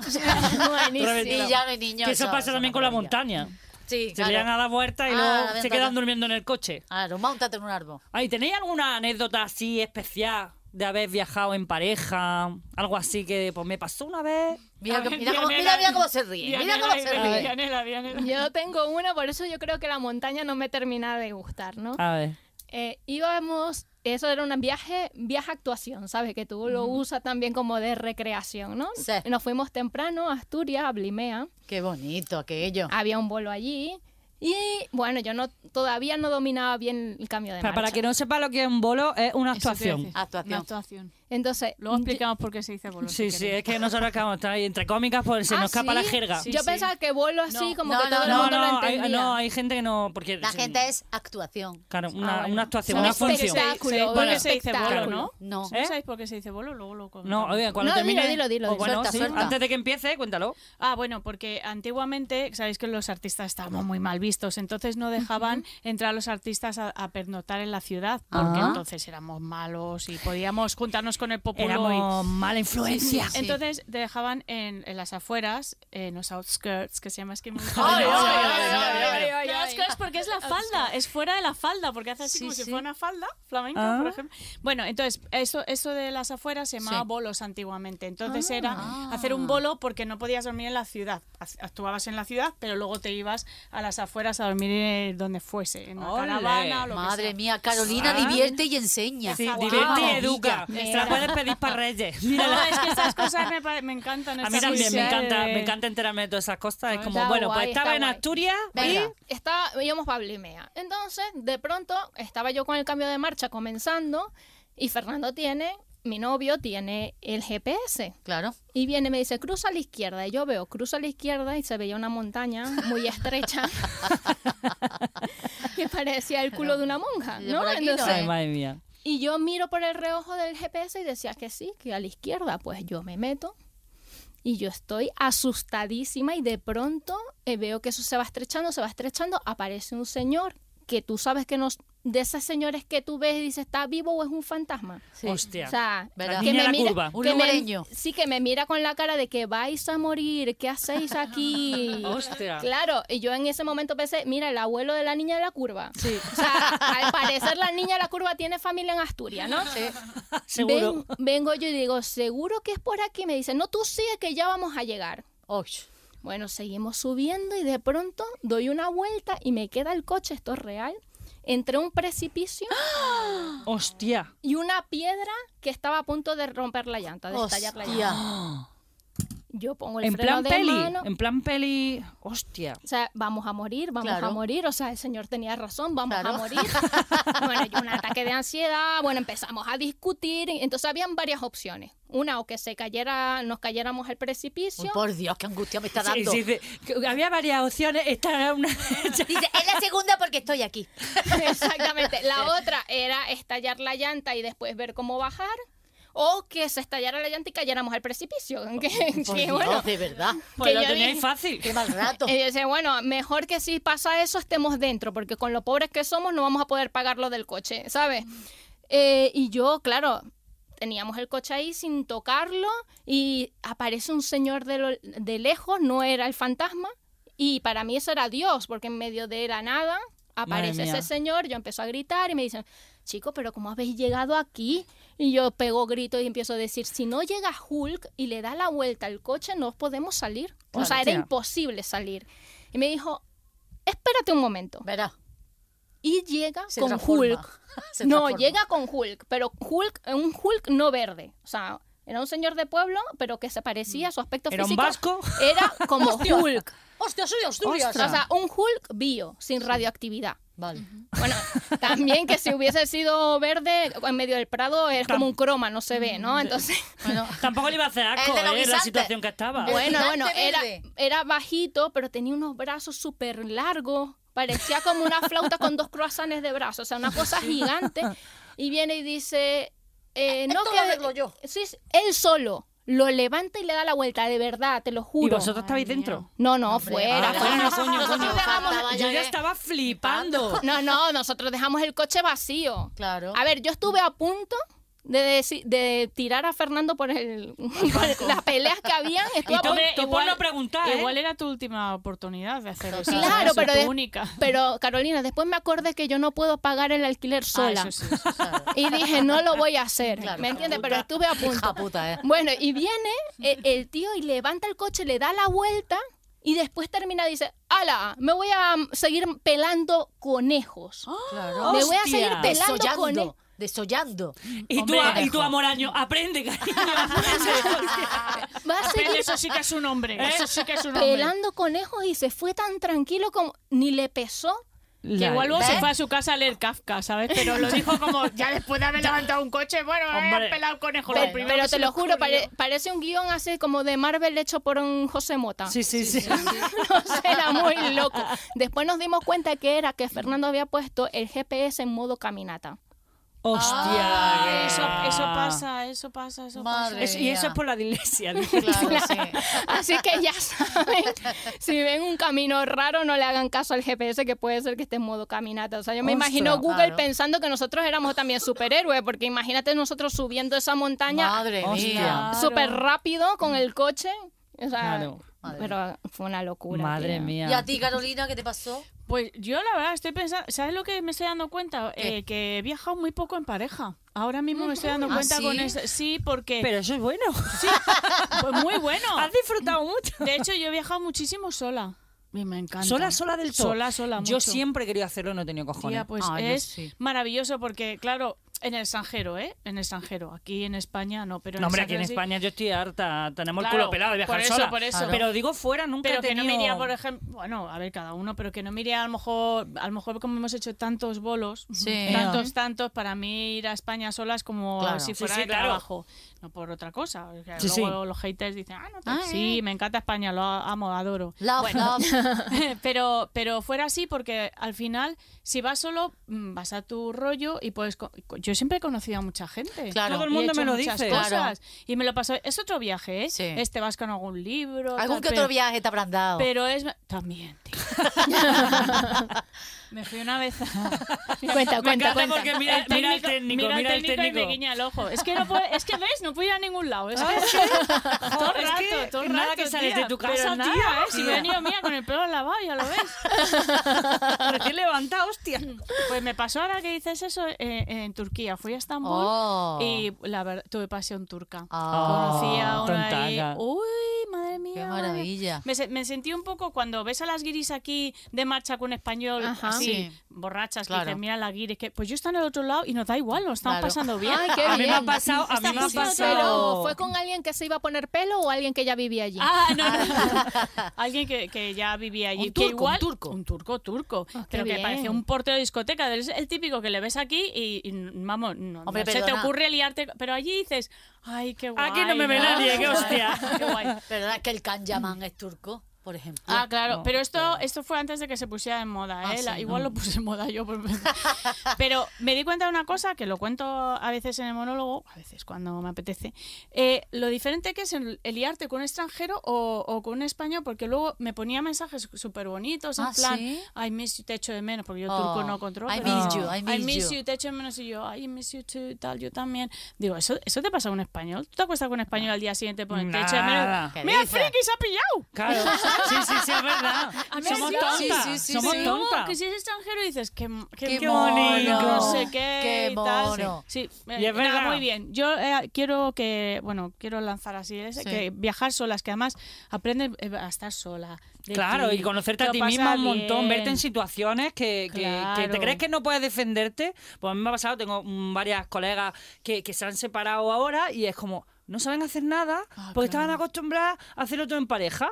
[SPEAKER 3] Buenísimo.
[SPEAKER 4] ya no hay niños.
[SPEAKER 7] Que eso pasa también con la montaña.
[SPEAKER 4] Sí,
[SPEAKER 7] Se le dan a
[SPEAKER 4] claro.
[SPEAKER 7] la vuelta y
[SPEAKER 4] Ah, la
[SPEAKER 7] luego se
[SPEAKER 4] ventana.
[SPEAKER 7] quedan durmiendo en el coche.
[SPEAKER 4] Claro, móntate en un árbol.
[SPEAKER 7] Ay, ¿tenéis alguna anécdota así especial de haber viajado en pareja? Algo así que pues me pasó una vez.
[SPEAKER 4] Mira, que- mira,
[SPEAKER 5] Dianela-
[SPEAKER 4] cómo, mira, mira cómo se ríe. Mira
[SPEAKER 5] Dianela,
[SPEAKER 4] cómo se
[SPEAKER 5] Dianela,
[SPEAKER 4] ríe.
[SPEAKER 5] Dianela, Dianela.
[SPEAKER 3] Yo tengo una, por eso yo creo que la montaña no me termina de gustar, ¿no?
[SPEAKER 2] Ah.
[SPEAKER 7] A ver.
[SPEAKER 3] Eh, íbamos, eso era un viaje, viaje actuación, ¿sabes? Que tú lo usas también como de recreación, ¿no?
[SPEAKER 4] Sí.
[SPEAKER 3] Nos fuimos temprano a Asturias, a Blimea,
[SPEAKER 4] Qué bonito aquello.
[SPEAKER 3] había un vuelo allí y bueno, yo no todavía no dominaba bien el cambio de
[SPEAKER 7] Para,
[SPEAKER 3] marcha.
[SPEAKER 7] para que no sepa lo que es un bolo, es una
[SPEAKER 5] Eso te
[SPEAKER 7] actuación.
[SPEAKER 5] iba a decir.
[SPEAKER 4] Actuación.
[SPEAKER 5] Una actuación.
[SPEAKER 3] Entonces,
[SPEAKER 5] Luego
[SPEAKER 3] yo-
[SPEAKER 5] explicamos por qué se dice bolo.
[SPEAKER 7] Sí,
[SPEAKER 5] si
[SPEAKER 7] sí,
[SPEAKER 5] queréis.
[SPEAKER 7] es que nosotros acabamos estar ahí entre cómicas pues se
[SPEAKER 3] ¿Ah,
[SPEAKER 7] nos escapa la
[SPEAKER 3] sí?
[SPEAKER 7] jerga.
[SPEAKER 5] Sí,
[SPEAKER 3] yo pensaba que vuelo así
[SPEAKER 5] No,
[SPEAKER 3] como
[SPEAKER 4] no,
[SPEAKER 3] que todo el
[SPEAKER 7] No,
[SPEAKER 3] mundo
[SPEAKER 7] no,
[SPEAKER 3] lo
[SPEAKER 7] hay,
[SPEAKER 3] entendía.
[SPEAKER 7] no, hay gente que no. Porque,
[SPEAKER 4] La gente es actuación.
[SPEAKER 7] Claro, una,
[SPEAKER 3] bueno.
[SPEAKER 7] una actuación,
[SPEAKER 3] Un
[SPEAKER 7] una
[SPEAKER 5] Sí,
[SPEAKER 7] función.
[SPEAKER 5] sí,
[SPEAKER 3] espectáculo,
[SPEAKER 5] sí.
[SPEAKER 3] un
[SPEAKER 5] Bueno, se dice bolo,
[SPEAKER 7] espectáculo.
[SPEAKER 5] ¿no?
[SPEAKER 4] No.
[SPEAKER 5] ¿No sabéis por qué se dice bolo? Luego lo
[SPEAKER 7] ¿Eh? No,
[SPEAKER 5] comentamos.
[SPEAKER 7] oye, cuando
[SPEAKER 3] No, dilo,
[SPEAKER 7] termine.
[SPEAKER 3] dilo, dilo,
[SPEAKER 7] o
[SPEAKER 3] dilo.
[SPEAKER 7] bueno,
[SPEAKER 4] Suelta,
[SPEAKER 7] sí,
[SPEAKER 4] suelta.
[SPEAKER 7] antes de que empiece, cuéntalo.
[SPEAKER 5] Ah, bueno, porque antiguamente, sabéis que los artistas estábamos muy mal vistos, entonces no dejaban entrar a los artistas a, a pernotar en la ciudad, porque
[SPEAKER 4] Ah.
[SPEAKER 5] entonces éramos malos y podíamos juntarnos con el populo y-
[SPEAKER 7] Éramos mala influencia.
[SPEAKER 5] Entonces te dejaban en, en las afueras, en los outskirts, que se llama es que me-
[SPEAKER 4] Ay, ay, ay,
[SPEAKER 3] ay, ay,
[SPEAKER 5] Los
[SPEAKER 3] ay.
[SPEAKER 5] outskirts porque es la falda, es fuera de la falda, porque hace así
[SPEAKER 4] Sí,
[SPEAKER 5] como si
[SPEAKER 4] sí.
[SPEAKER 5] fuera una falda
[SPEAKER 7] Ah.
[SPEAKER 5] flamenca, por ejemplo. Bueno, entonces eso, eso de las afueras se llamaba
[SPEAKER 7] Sí.
[SPEAKER 5] bolos antiguamente. Entonces era hacer un bolo porque no podías dormir en la ciudad. Ac- Actuabas en la ciudad, pero luego te ibas a las afueras a dormir eh, donde fuese, en una
[SPEAKER 7] Ole.
[SPEAKER 5] caravana o Ah, lo que sea.
[SPEAKER 4] Madre mía, Carolina divierte y enseña.
[SPEAKER 7] Sí,
[SPEAKER 5] Guau.
[SPEAKER 7] divierte y
[SPEAKER 4] Maravilla.
[SPEAKER 7] educa. Se la puedes pedir para Reyes.
[SPEAKER 5] No,
[SPEAKER 7] Mírala.
[SPEAKER 5] es que estas cosas me, pare- me encantan.
[SPEAKER 7] A mí
[SPEAKER 5] estas
[SPEAKER 7] también me
[SPEAKER 5] cosas
[SPEAKER 7] encanta,
[SPEAKER 5] de-
[SPEAKER 7] me encanta enterarme de todas esas cosas. Es como,
[SPEAKER 3] Está
[SPEAKER 7] bueno,
[SPEAKER 3] guay,
[SPEAKER 7] pues estaba
[SPEAKER 3] está
[SPEAKER 7] en
[SPEAKER 3] guay.
[SPEAKER 7] Asturias y
[SPEAKER 4] Venga.
[SPEAKER 3] estaba, íbamos para Blimea. Entonces, de pronto, estaba yo con el cambio de marcha comenzando y Fernando tiene, mi novio tiene el GPS.
[SPEAKER 4] Claro.
[SPEAKER 3] Y viene y me dice, cruza a la izquierda. Y yo veo, cruza a la izquierda y se veía una montaña muy estrecha que parecía el culo de una monja,
[SPEAKER 4] Yo
[SPEAKER 3] ¿no?
[SPEAKER 4] por aquí no.
[SPEAKER 3] Entonces,
[SPEAKER 7] Ay, madre mía.
[SPEAKER 3] y yo miro por el reojo del GPS y decía que sí, que a la izquierda. Pues yo me meto y yo estoy asustadísima y de pronto eh, veo que eso se va estrechando, se va estrechando. Aparece un señor que tú sabes que nos de esos señores que tú ves y dices, ¿está vivo o es un fantasma?
[SPEAKER 7] Hostia.
[SPEAKER 3] O sea,
[SPEAKER 4] ¿Verdad?
[SPEAKER 3] que
[SPEAKER 7] Niña
[SPEAKER 3] me
[SPEAKER 7] la
[SPEAKER 3] mira,
[SPEAKER 7] curva.
[SPEAKER 4] Un
[SPEAKER 3] que me-
[SPEAKER 4] lugareño.
[SPEAKER 3] sí, que me mira con la cara de que vais a morir, ¿qué hacéis aquí?
[SPEAKER 7] Hostia.
[SPEAKER 3] Claro, y yo en ese momento pensé, mira, el abuelo de la niña de la curva. O sea, al parecer la niña de la curva tiene familia en Asturias, ¿no?
[SPEAKER 7] Seguro.
[SPEAKER 3] Ven- vengo yo y digo, seguro que es por aquí. Me dice, no, tú sigue que ya vamos a llegar.
[SPEAKER 4] Osh.
[SPEAKER 3] Bueno, seguimos subiendo y de pronto doy una vuelta y me queda el coche, esto es real, entre un precipicio
[SPEAKER 7] Hostia.
[SPEAKER 3] y una piedra que estaba a punto de romper la llanta, de estallar la llanta.
[SPEAKER 4] Hostia.
[SPEAKER 3] Yo pongo el
[SPEAKER 7] En
[SPEAKER 3] freno
[SPEAKER 7] plan
[SPEAKER 3] de
[SPEAKER 7] peli.
[SPEAKER 3] mano.
[SPEAKER 7] En plan peli. Hostia.
[SPEAKER 3] O sea, vamos a morir, vamos
[SPEAKER 4] Claro.
[SPEAKER 3] a morir. O sea, el señor tenía razón, vamos
[SPEAKER 4] Claro.
[SPEAKER 3] a morir. bueno, y un ataque de ansiedad. Bueno, empezamos a discutir. Entonces, habían varias opciones. Una, o que se cayera, nos cayéramos al precipicio.
[SPEAKER 4] Uy, por Dios, qué angustia me está
[SPEAKER 7] Sí,
[SPEAKER 4] dando.
[SPEAKER 7] sí, sí. Que Había varias opciones. Esta era una.
[SPEAKER 4] Dice, es la segunda porque estoy aquí.
[SPEAKER 3] Exactamente. La otra era estallar la llanta y después ver cómo bajar. O que se estallara la llanta y cayéramos al precipicio. Que,
[SPEAKER 4] Por
[SPEAKER 3] que
[SPEAKER 4] Dios,
[SPEAKER 3] bueno. Eh,
[SPEAKER 4] de verdad.
[SPEAKER 7] pues
[SPEAKER 3] que
[SPEAKER 7] lo
[SPEAKER 3] yo
[SPEAKER 7] teníais
[SPEAKER 3] dije-
[SPEAKER 7] fácil.
[SPEAKER 4] Qué mal rato.
[SPEAKER 3] Y dice, bueno, mejor que si pasa eso estemos dentro, porque con lo pobres que somos no vamos a poder pagar lo del coche, ¿sabes? Eh, y yo, claro, teníamos el coche ahí sin tocarlo y aparece un señor de, lo- de lejos, no era el fantasma, y para mí eso era Dios, porque en medio de la nada aparece
[SPEAKER 7] mía.
[SPEAKER 3] ese señor, yo empiezo a gritar y me dicen, chico, pero ¿cómo habéis llegado aquí? Y yo pego grito y empiezo a decir, si no llega Hulk y le da la vuelta al coche, no podemos salir. o
[SPEAKER 7] Claro,
[SPEAKER 3] sea, era
[SPEAKER 7] tía.
[SPEAKER 3] imposible salir. Y me dijo, espérate un momento.
[SPEAKER 4] Verá.
[SPEAKER 3] Y llega
[SPEAKER 4] se
[SPEAKER 3] con
[SPEAKER 4] transforma.
[SPEAKER 3] Hulk.
[SPEAKER 4] Se
[SPEAKER 3] No,
[SPEAKER 4] transforma.
[SPEAKER 3] llega con Hulk, pero Hulk, un Hulk no verde. O sea, era un señor de pueblo, pero que se parecía, su aspecto
[SPEAKER 7] Era un
[SPEAKER 3] físico
[SPEAKER 7] vasco.
[SPEAKER 3] era como Hulk.
[SPEAKER 4] Hostia, soy de Asturias.
[SPEAKER 3] O sea, un Hulk bio, sin radioactividad.
[SPEAKER 4] Vale.
[SPEAKER 3] Bueno, también que si hubiese sido verde en medio del prado es como un croma, no se ve, ¿no? Entonces,
[SPEAKER 4] Bueno,
[SPEAKER 7] Tampoco le iba a hacer asco,
[SPEAKER 4] El de los
[SPEAKER 7] eh, la
[SPEAKER 4] guisantes.
[SPEAKER 7] situación que estaba.
[SPEAKER 4] Bueno,
[SPEAKER 3] bueno, bueno,
[SPEAKER 4] gigante
[SPEAKER 3] era,
[SPEAKER 4] verde.
[SPEAKER 3] era bajito, pero tenía unos brazos súper largos, parecía como una flauta con dos croissants de brazos, o sea, una cosa gigante. Y viene y dice, eh, no
[SPEAKER 4] Esto lo
[SPEAKER 3] que...
[SPEAKER 4] arreglo yo.
[SPEAKER 3] Sí, sí, él solo. lo levanta y le da la vuelta, de verdad, te lo
[SPEAKER 2] ¿Y
[SPEAKER 3] juro.
[SPEAKER 2] vosotros estabais dentro?
[SPEAKER 3] No, no, fuera,
[SPEAKER 2] ah,
[SPEAKER 3] fuera,
[SPEAKER 2] no,
[SPEAKER 3] nosotros,
[SPEAKER 2] coño,
[SPEAKER 3] nosotros
[SPEAKER 2] coño.
[SPEAKER 3] dejamos-
[SPEAKER 4] Faltaba
[SPEAKER 2] Yo ya
[SPEAKER 4] que-
[SPEAKER 2] estaba flipando.
[SPEAKER 3] No, no, nosotros dejamos el coche vacío.
[SPEAKER 4] Claro.
[SPEAKER 3] A ver, yo estuve a punto de, deci- de tirar a Fernando por, el, por las peleas que habían. Estuve
[SPEAKER 2] Y
[SPEAKER 3] a
[SPEAKER 2] tú,
[SPEAKER 3] punto-
[SPEAKER 2] me- y por
[SPEAKER 5] igual-
[SPEAKER 2] no preguntar, ¿eh?
[SPEAKER 5] Igual era tu última oportunidad de hacer eso.
[SPEAKER 3] Claro,
[SPEAKER 5] ¿sabes? O
[SPEAKER 3] pero
[SPEAKER 5] tu
[SPEAKER 3] de- Ah,
[SPEAKER 5] única. Ah,
[SPEAKER 3] Pero Carolina, después me acordé que yo no puedo pagar el alquiler sola.
[SPEAKER 5] Ah, eso sí, eso sí.
[SPEAKER 3] Y dije, no lo voy a hacer.
[SPEAKER 4] Claro,
[SPEAKER 3] ¿Me
[SPEAKER 4] hija
[SPEAKER 3] entiendes?
[SPEAKER 4] puta.
[SPEAKER 3] Pero estuve a
[SPEAKER 4] Hija
[SPEAKER 3] punto.
[SPEAKER 4] puta, ¿eh?
[SPEAKER 3] Bueno, y viene el, el tío y levanta el coche, le da la vuelta y después termina y dice, ala, me voy a mm, seguir pelando conejos.
[SPEAKER 5] Ah,
[SPEAKER 4] Claro.
[SPEAKER 3] Me voy a seguir
[SPEAKER 2] Hostia.
[SPEAKER 3] pelando conejos.
[SPEAKER 4] Desollando. Desollando.
[SPEAKER 2] Y tú,
[SPEAKER 5] Hombre,
[SPEAKER 2] a- y
[SPEAKER 5] mejor.
[SPEAKER 2] tú a Moraño, aprende, cariño.
[SPEAKER 3] Va a
[SPEAKER 5] Apel,
[SPEAKER 3] seguir
[SPEAKER 5] eso sí que es un hombre. ¿eh? Eso sí que es un hombre.
[SPEAKER 3] pelando conejos y se fue tan tranquilo como ni le pesó.
[SPEAKER 5] Que igual luego
[SPEAKER 4] ¿Ves?
[SPEAKER 5] se fue a su casa a leer Kafka, ¿sabes? Pero lo dijo como, ya después de haber levantado un coche, bueno,
[SPEAKER 2] Hombre.
[SPEAKER 5] he pelado conejo.
[SPEAKER 3] Pe-
[SPEAKER 5] lo
[SPEAKER 3] Pero,
[SPEAKER 5] primero que se
[SPEAKER 3] te
[SPEAKER 5] le
[SPEAKER 3] lo juro,
[SPEAKER 5] ocurrió.
[SPEAKER 3] pare- parece un guión así como de Marvel hecho por un José Mota.
[SPEAKER 2] Sí, sí, sí.
[SPEAKER 3] O sea, era muy loco. Después nos dimos cuenta que era que Fernando había puesto el GPS en modo caminata.
[SPEAKER 2] Hostia.
[SPEAKER 5] Eso, eso pasa, eso pasa, eso
[SPEAKER 4] Madre.
[SPEAKER 2] Eso- y eso es por la iglesia. dice.
[SPEAKER 4] Claro, sí.
[SPEAKER 3] Así que ya saben, si ven un camino raro, no le hagan caso al GPS, que puede ser que esté en modo caminata. O sea, yo me
[SPEAKER 2] Ostras,
[SPEAKER 3] imagino Google
[SPEAKER 4] claro.
[SPEAKER 3] pensando que nosotros éramos también superhéroes, porque imagínate nosotros subiendo esa montaña
[SPEAKER 4] Madre
[SPEAKER 2] Hostia.
[SPEAKER 4] mía.
[SPEAKER 3] súper rápido con el coche. O sea,
[SPEAKER 2] Claro.
[SPEAKER 4] Madre
[SPEAKER 3] pero fue una locura.
[SPEAKER 2] Madre
[SPEAKER 3] tío.
[SPEAKER 2] mía.
[SPEAKER 4] ¿Y a ti, Carolina, qué te pasó?
[SPEAKER 5] pasa. Pues yo la verdad estoy pensando, ¿sabes lo que me estoy dando cuenta?
[SPEAKER 4] ¿Qué?
[SPEAKER 5] Eh, que he viajado muy poco en pareja. Ahora mismo me estoy dando
[SPEAKER 4] ¿Ah,
[SPEAKER 5] cuenta
[SPEAKER 4] sí?
[SPEAKER 5] con eso. Sí, porque...
[SPEAKER 2] Pero eso es bueno.
[SPEAKER 5] pues muy bueno.
[SPEAKER 2] Has disfrutado mucho.
[SPEAKER 5] De hecho, yo he viajado muchísimo sola. Y me encanta.
[SPEAKER 2] Sola, sola del todo.
[SPEAKER 5] Sola, sola,
[SPEAKER 2] Yo
[SPEAKER 5] mucho.
[SPEAKER 2] siempre he querido hacerlo, no he tenido cojones.
[SPEAKER 5] Tía, pues
[SPEAKER 4] Ah, yo
[SPEAKER 5] es
[SPEAKER 4] sí.
[SPEAKER 5] maravilloso porque, claro, en el extranjero, ¿eh? En el extranjero. Aquí en España no, pero
[SPEAKER 2] no, hombre, aquí
[SPEAKER 5] extranjero
[SPEAKER 2] en
[SPEAKER 5] sí.
[SPEAKER 2] España yo estoy harta. Tenemos
[SPEAKER 5] Claro,
[SPEAKER 2] el culo pelado de viajar
[SPEAKER 5] por eso,
[SPEAKER 2] sola.
[SPEAKER 5] por eso. Claro.
[SPEAKER 2] Pero digo fuera, nunca
[SPEAKER 5] Pero
[SPEAKER 2] he tenido...
[SPEAKER 5] que no me iría, por ejemplo, bueno, a ver, cada uno, pero que no me iría a lo mejor, a lo mejor como hemos hecho tantos bolos,
[SPEAKER 4] Sí.
[SPEAKER 5] tantos, tantos, para mí ir a España sola es como
[SPEAKER 4] Claro.
[SPEAKER 5] si
[SPEAKER 2] Sí,
[SPEAKER 5] fuera
[SPEAKER 2] sí,
[SPEAKER 5] de
[SPEAKER 2] claro.
[SPEAKER 5] trabajo, no por otra cosa. O sea,
[SPEAKER 2] Sí, sí.
[SPEAKER 5] luego los haters dicen, ah, no, te-
[SPEAKER 4] Ah,
[SPEAKER 5] sí, me encanta España, lo amo, adoro.
[SPEAKER 4] Love, love.
[SPEAKER 5] pero, pero fuera así, porque al final, si vas solo, mm, vas a tu rollo y puedes. co- Yo siempre he conocido a mucha gente.
[SPEAKER 4] Claro. Todo el
[SPEAKER 5] Y he
[SPEAKER 2] mundo
[SPEAKER 5] hecho
[SPEAKER 2] me lo
[SPEAKER 5] muchas
[SPEAKER 2] dice.
[SPEAKER 5] cosas.
[SPEAKER 4] Claro.
[SPEAKER 5] Y me lo pasó. Es otro viaje, ¿eh?
[SPEAKER 4] Sí.
[SPEAKER 5] Este vas con algún libro.
[SPEAKER 4] Algún
[SPEAKER 5] tal,
[SPEAKER 4] que
[SPEAKER 5] pero-
[SPEAKER 4] otro viaje te habrán dado.
[SPEAKER 5] Pero es. También, tío. me fui una vez. a-
[SPEAKER 3] Cuenta,
[SPEAKER 2] Me
[SPEAKER 3] cuenta,
[SPEAKER 2] encanta
[SPEAKER 3] cuenta.
[SPEAKER 2] porque mira,
[SPEAKER 5] el
[SPEAKER 2] mira
[SPEAKER 5] el
[SPEAKER 2] el técnico, mira,
[SPEAKER 5] técnico, y me
[SPEAKER 2] el técnico.
[SPEAKER 5] guiña el ojo. Es que, no puedo- es que ves, no puedo ir a ningún lado. Es que- todo el
[SPEAKER 2] Es
[SPEAKER 5] rato,
[SPEAKER 2] que
[SPEAKER 5] todo el
[SPEAKER 2] nada
[SPEAKER 5] rato,
[SPEAKER 2] que sales
[SPEAKER 5] tía.
[SPEAKER 2] de tu
[SPEAKER 5] Pero
[SPEAKER 2] casa,
[SPEAKER 5] nada,
[SPEAKER 2] tía.
[SPEAKER 5] ¿eh? Si me he venido mía con el pelo lavado, ya lo ves.
[SPEAKER 2] Recién levantado, hostia.
[SPEAKER 5] Pues me pasó ahora que dices eso eh, en Turquía. Fui a Estambul
[SPEAKER 4] Oh.
[SPEAKER 5] y la verdad tuve pasión turca.
[SPEAKER 4] Ah,
[SPEAKER 5] Conocí a una ahí.
[SPEAKER 2] tontaca.
[SPEAKER 5] Uy, madre mía.
[SPEAKER 4] qué
[SPEAKER 5] madre mía.
[SPEAKER 4] maravilla.
[SPEAKER 5] Me, se- me sentí un poco cuando ves a las guiris aquí de marcha con español,
[SPEAKER 3] Ajá.
[SPEAKER 5] así,
[SPEAKER 4] Sí.
[SPEAKER 5] borrachas,
[SPEAKER 4] Claro.
[SPEAKER 5] que dicen, mira la guiris, que pues yo estoy en el otro lado y nos da igual, lo estamos
[SPEAKER 4] Claro.
[SPEAKER 5] pasando bien.
[SPEAKER 3] Ay, qué
[SPEAKER 2] A mí me ha
[SPEAKER 3] bien.
[SPEAKER 2] pasado, a mí me ha
[SPEAKER 3] Pero,
[SPEAKER 2] pasado...
[SPEAKER 3] ¿Fue con alguien que se iba a poner pelo o alguien que ya vivía allí?
[SPEAKER 5] Ah, no, no. Alguien que, que ya vivía allí. que
[SPEAKER 4] Un turco, un
[SPEAKER 5] igual,
[SPEAKER 4] turco.
[SPEAKER 5] Un turco, turco.
[SPEAKER 3] Ah, qué
[SPEAKER 5] pero que
[SPEAKER 3] bien.
[SPEAKER 5] parecía un portero de discoteca. Es el típico que le ves aquí y, y, vamos, no,
[SPEAKER 4] Hombre,
[SPEAKER 5] no se te
[SPEAKER 4] perdona.
[SPEAKER 5] ocurre liarte. Pero allí dices, ay, qué guay.
[SPEAKER 2] Aquí no me ve nadie,
[SPEAKER 5] Qué
[SPEAKER 2] qué
[SPEAKER 5] guay,
[SPEAKER 2] hostia.
[SPEAKER 5] qué guay.
[SPEAKER 4] Pero es que el Kanjaman es turco, por ejemplo.
[SPEAKER 5] Ah, claro,
[SPEAKER 2] No,
[SPEAKER 5] pero esto esto fue antes de que se pusiera en moda,
[SPEAKER 4] Ah,
[SPEAKER 5] ¿eh? La-
[SPEAKER 4] sí,
[SPEAKER 5] igual lo puse en moda yo. por- pero me di cuenta de una cosa, que lo cuento a veces en el monólogo, a veces cuando me apetece, eh, lo diferente que es el, el liarte con un extranjero o, o con un español, porque luego me ponía mensajes súper bonitos, en
[SPEAKER 4] Ah,
[SPEAKER 5] plan,
[SPEAKER 4] ¿sí?
[SPEAKER 5] I miss you, te echo de menos, porque yo
[SPEAKER 4] Oh,
[SPEAKER 5] turco no controlo.
[SPEAKER 4] I
[SPEAKER 5] pero-
[SPEAKER 4] miss you, I miss you.
[SPEAKER 5] te echo de menos, y yo, I miss you too, y tal, yo también. Digo, ¿eso, eso te pasa con un español? ¿Tú te acuestas con un español al día siguiente por te echo de
[SPEAKER 2] Nada.
[SPEAKER 5] menos?
[SPEAKER 4] Ah. ¿Qué
[SPEAKER 5] ¡Mira, el
[SPEAKER 4] dices?
[SPEAKER 5] friki se ha pillado!
[SPEAKER 2] Claro, sí, sí, sí, es verdad.
[SPEAKER 5] Ah,
[SPEAKER 2] Somos
[SPEAKER 4] sí,
[SPEAKER 2] tontas.
[SPEAKER 4] sí, sí, sí,
[SPEAKER 2] Somos
[SPEAKER 4] sí.
[SPEAKER 5] No,
[SPEAKER 2] tontas.
[SPEAKER 5] que si es extranjero dices que
[SPEAKER 4] Qué mono,
[SPEAKER 5] no sé qué
[SPEAKER 4] qué
[SPEAKER 5] y tal.
[SPEAKER 4] mono.
[SPEAKER 5] Sí, sí,
[SPEAKER 2] Y
[SPEAKER 5] eh, nada,
[SPEAKER 2] es verdad.
[SPEAKER 5] muy bien. Yo eh, quiero que, bueno, quiero lanzar así ese,
[SPEAKER 4] Sí.
[SPEAKER 5] que viajar solas, que además aprendes eh, a estar sola. de
[SPEAKER 2] Claro,
[SPEAKER 5] ti,
[SPEAKER 2] y conocerte
[SPEAKER 5] te
[SPEAKER 2] a
[SPEAKER 5] lo
[SPEAKER 2] ti
[SPEAKER 5] pasas
[SPEAKER 2] misma un montón,
[SPEAKER 5] bien.
[SPEAKER 2] verte en situaciones que, que- que
[SPEAKER 5] Claro.
[SPEAKER 2] te crees que no puedes defenderte. Pues a mí me ha pasado, tengo mm, varias colegas que, que se han separado ahora y es como, no saben hacer nada porque estaban acostumbradas a hacerlo todo en pareja.